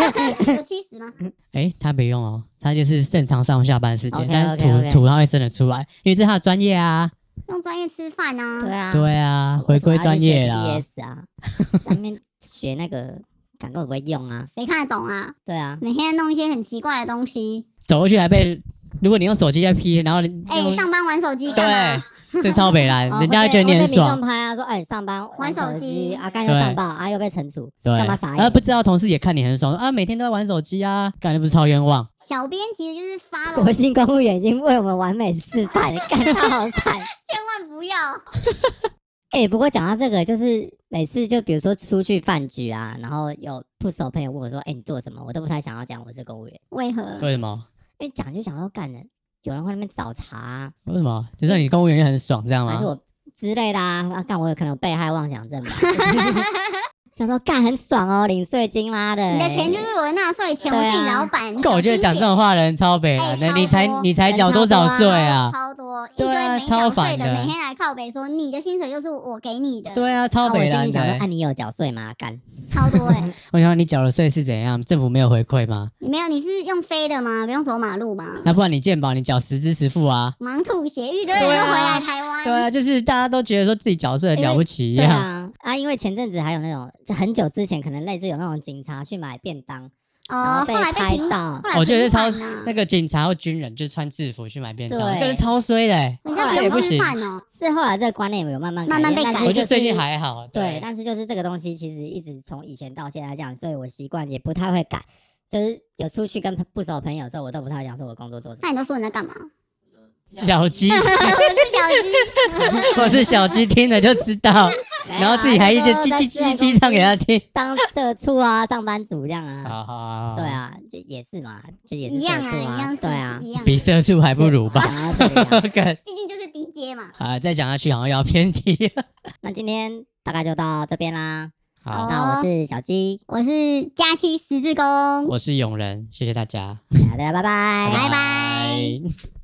D: 有七十吗？
C: 哎、他没用哦，他就是正常上下班时间
B: OK，
C: 但是
B: OK，OK
C: 图图他会生得出来，因为这是他的专业啊，
D: 用专业吃饭啊。
B: 对啊，
C: 对啊，回归专业啦，
B: PS 啊，上面学那个，敢根本不会用啊，
D: 谁看得懂啊？
B: 对啊，
D: 每天弄一些很奇怪的东西，
C: 走过去还被，如果你用手机在 P，然后你
D: 哎、
C: 用
D: 上班玩手机干嘛？
C: 对，这超北蓝，
B: 啊哦
C: 人家
B: 会
C: 会觉得
B: 被
C: 你很
B: 会被
C: 爽
B: 民众。拍啊，说哎上班
D: 玩手
B: 机
D: 机
B: 啊，刚又
C: 对
B: 上报啊，又被惩处，
C: 对，啊
B: 干嘛傻眼
C: 而不知道同事也看你很爽，说啊，每天都在玩手机啊，感觉不是超冤枉。
D: 小编其实就是发了
B: 国，信公务员已经为我们完美示范， 干他好惨。
D: 千万不要。
B: 哎、不过讲到这个，就是每次就比如说出去饭局啊，然后有不熟朋友问我说：“哎、你做什么？”我都不太想要讲我是公务员，
D: 为何？
C: 为什么？
B: 因为讲就想要干的，有人会在那边找茬啊、
C: 为什么？就算你公务员就很爽这样
B: 还是啊
C: 吗？
B: 我之类的啊，啊干、我有可能有被害妄想症吧。 想说干很爽哦，领税金妈的、
D: 你的钱就是我的纳税钱，
B: 对啊
D: 我是你老板。你
C: 干我觉得
D: 小
C: 讲
D: 心
C: 这
D: 点
C: 种话的人超北
D: 哎
C: 了，那
D: 超
C: 你才
D: 多
C: 你才
B: 人
C: 缴
B: 超
C: 多
B: 多
C: 少
B: 啊
C: 税啊？
D: 超多一
C: 对
D: 堆
C: 啊
D: 没
C: 超
D: 缴
C: 烦
D: 税的，
C: 的
D: 每天来靠北说你的薪水又是我给你的，
C: 对啊，
B: 那
C: 超
B: 我
C: 北
B: 心
C: 了
B: 里想说，
C: 的
B: 啊，。你有缴税吗？干，
D: 超多哎、 欸。
C: 我想说你缴了税是怎样？政府没有回馈吗？
D: 你没有，你是用飞的吗？不用走马路吗？
C: 那不然你健保你缴实支实付啊？
D: 忙吐血，一堆人都
C: 对啊
D: 回来台湾。
C: 对啊，就是大家都觉得说自己缴税很了不起一
B: 对
C: 样。
B: 啊，啊，嗯因为前阵子还有那种，就很久之前可能类似有那种警察去买便当，然
D: 哦
B: 后，被
D: 后来被
B: 拍
D: 停，后
B: 照，
D: 来
C: 我觉
D: 停
C: 得是超
D: 款啊
C: 那个警察或军人就穿制服去买便当，
B: 对
C: 那个人超衰的欸。
D: 人家
B: 后来
D: 不
C: 也不
D: 用
C: 行
D: 吃饭哦，
B: 是后来这个观念有慢慢改
D: 慢慢被
B: 变但
D: 改
B: 是
D: 变
C: 我
B: 哎就
C: 觉得最
B: 是
C: 近还好，
B: 对，
C: 对，
B: 但是就是这个东西，其实一直从以前到现在这样，所以我习惯也不太会改。就是有出去跟不熟朋友的时候，我都不太会讲说我工作做什么
D: 那。你都说你在干 嘛？
C: 小鸡
D: 我是小 鸡，
C: 或是小鸡听了就知道， 然后自己还一直
B: 哎
C: 叽叽叽叽唱给他听。
B: 当社畜啊，上班族这样啊，
C: 好好好，
B: 对，啊，就也是嘛，就也是
D: 一
B: 社
D: 样啊
B: 畜
D: 一样，
B: 对 啊，
D: 一样。
C: 比社畜还不如 吧？
B: 讲到这里啊
C: 干
D: 毕竟就是 DJ 嘛，
C: 啊，再讲下去好像要偏题。
B: 那今天大概就到这边啦。
C: 好，
B: 那
D: 哦
B: 我是小鸡，
D: 我是假期十字弓。
C: 我是永仁，谢谢大家，
B: 大家拜拜
D: 拜拜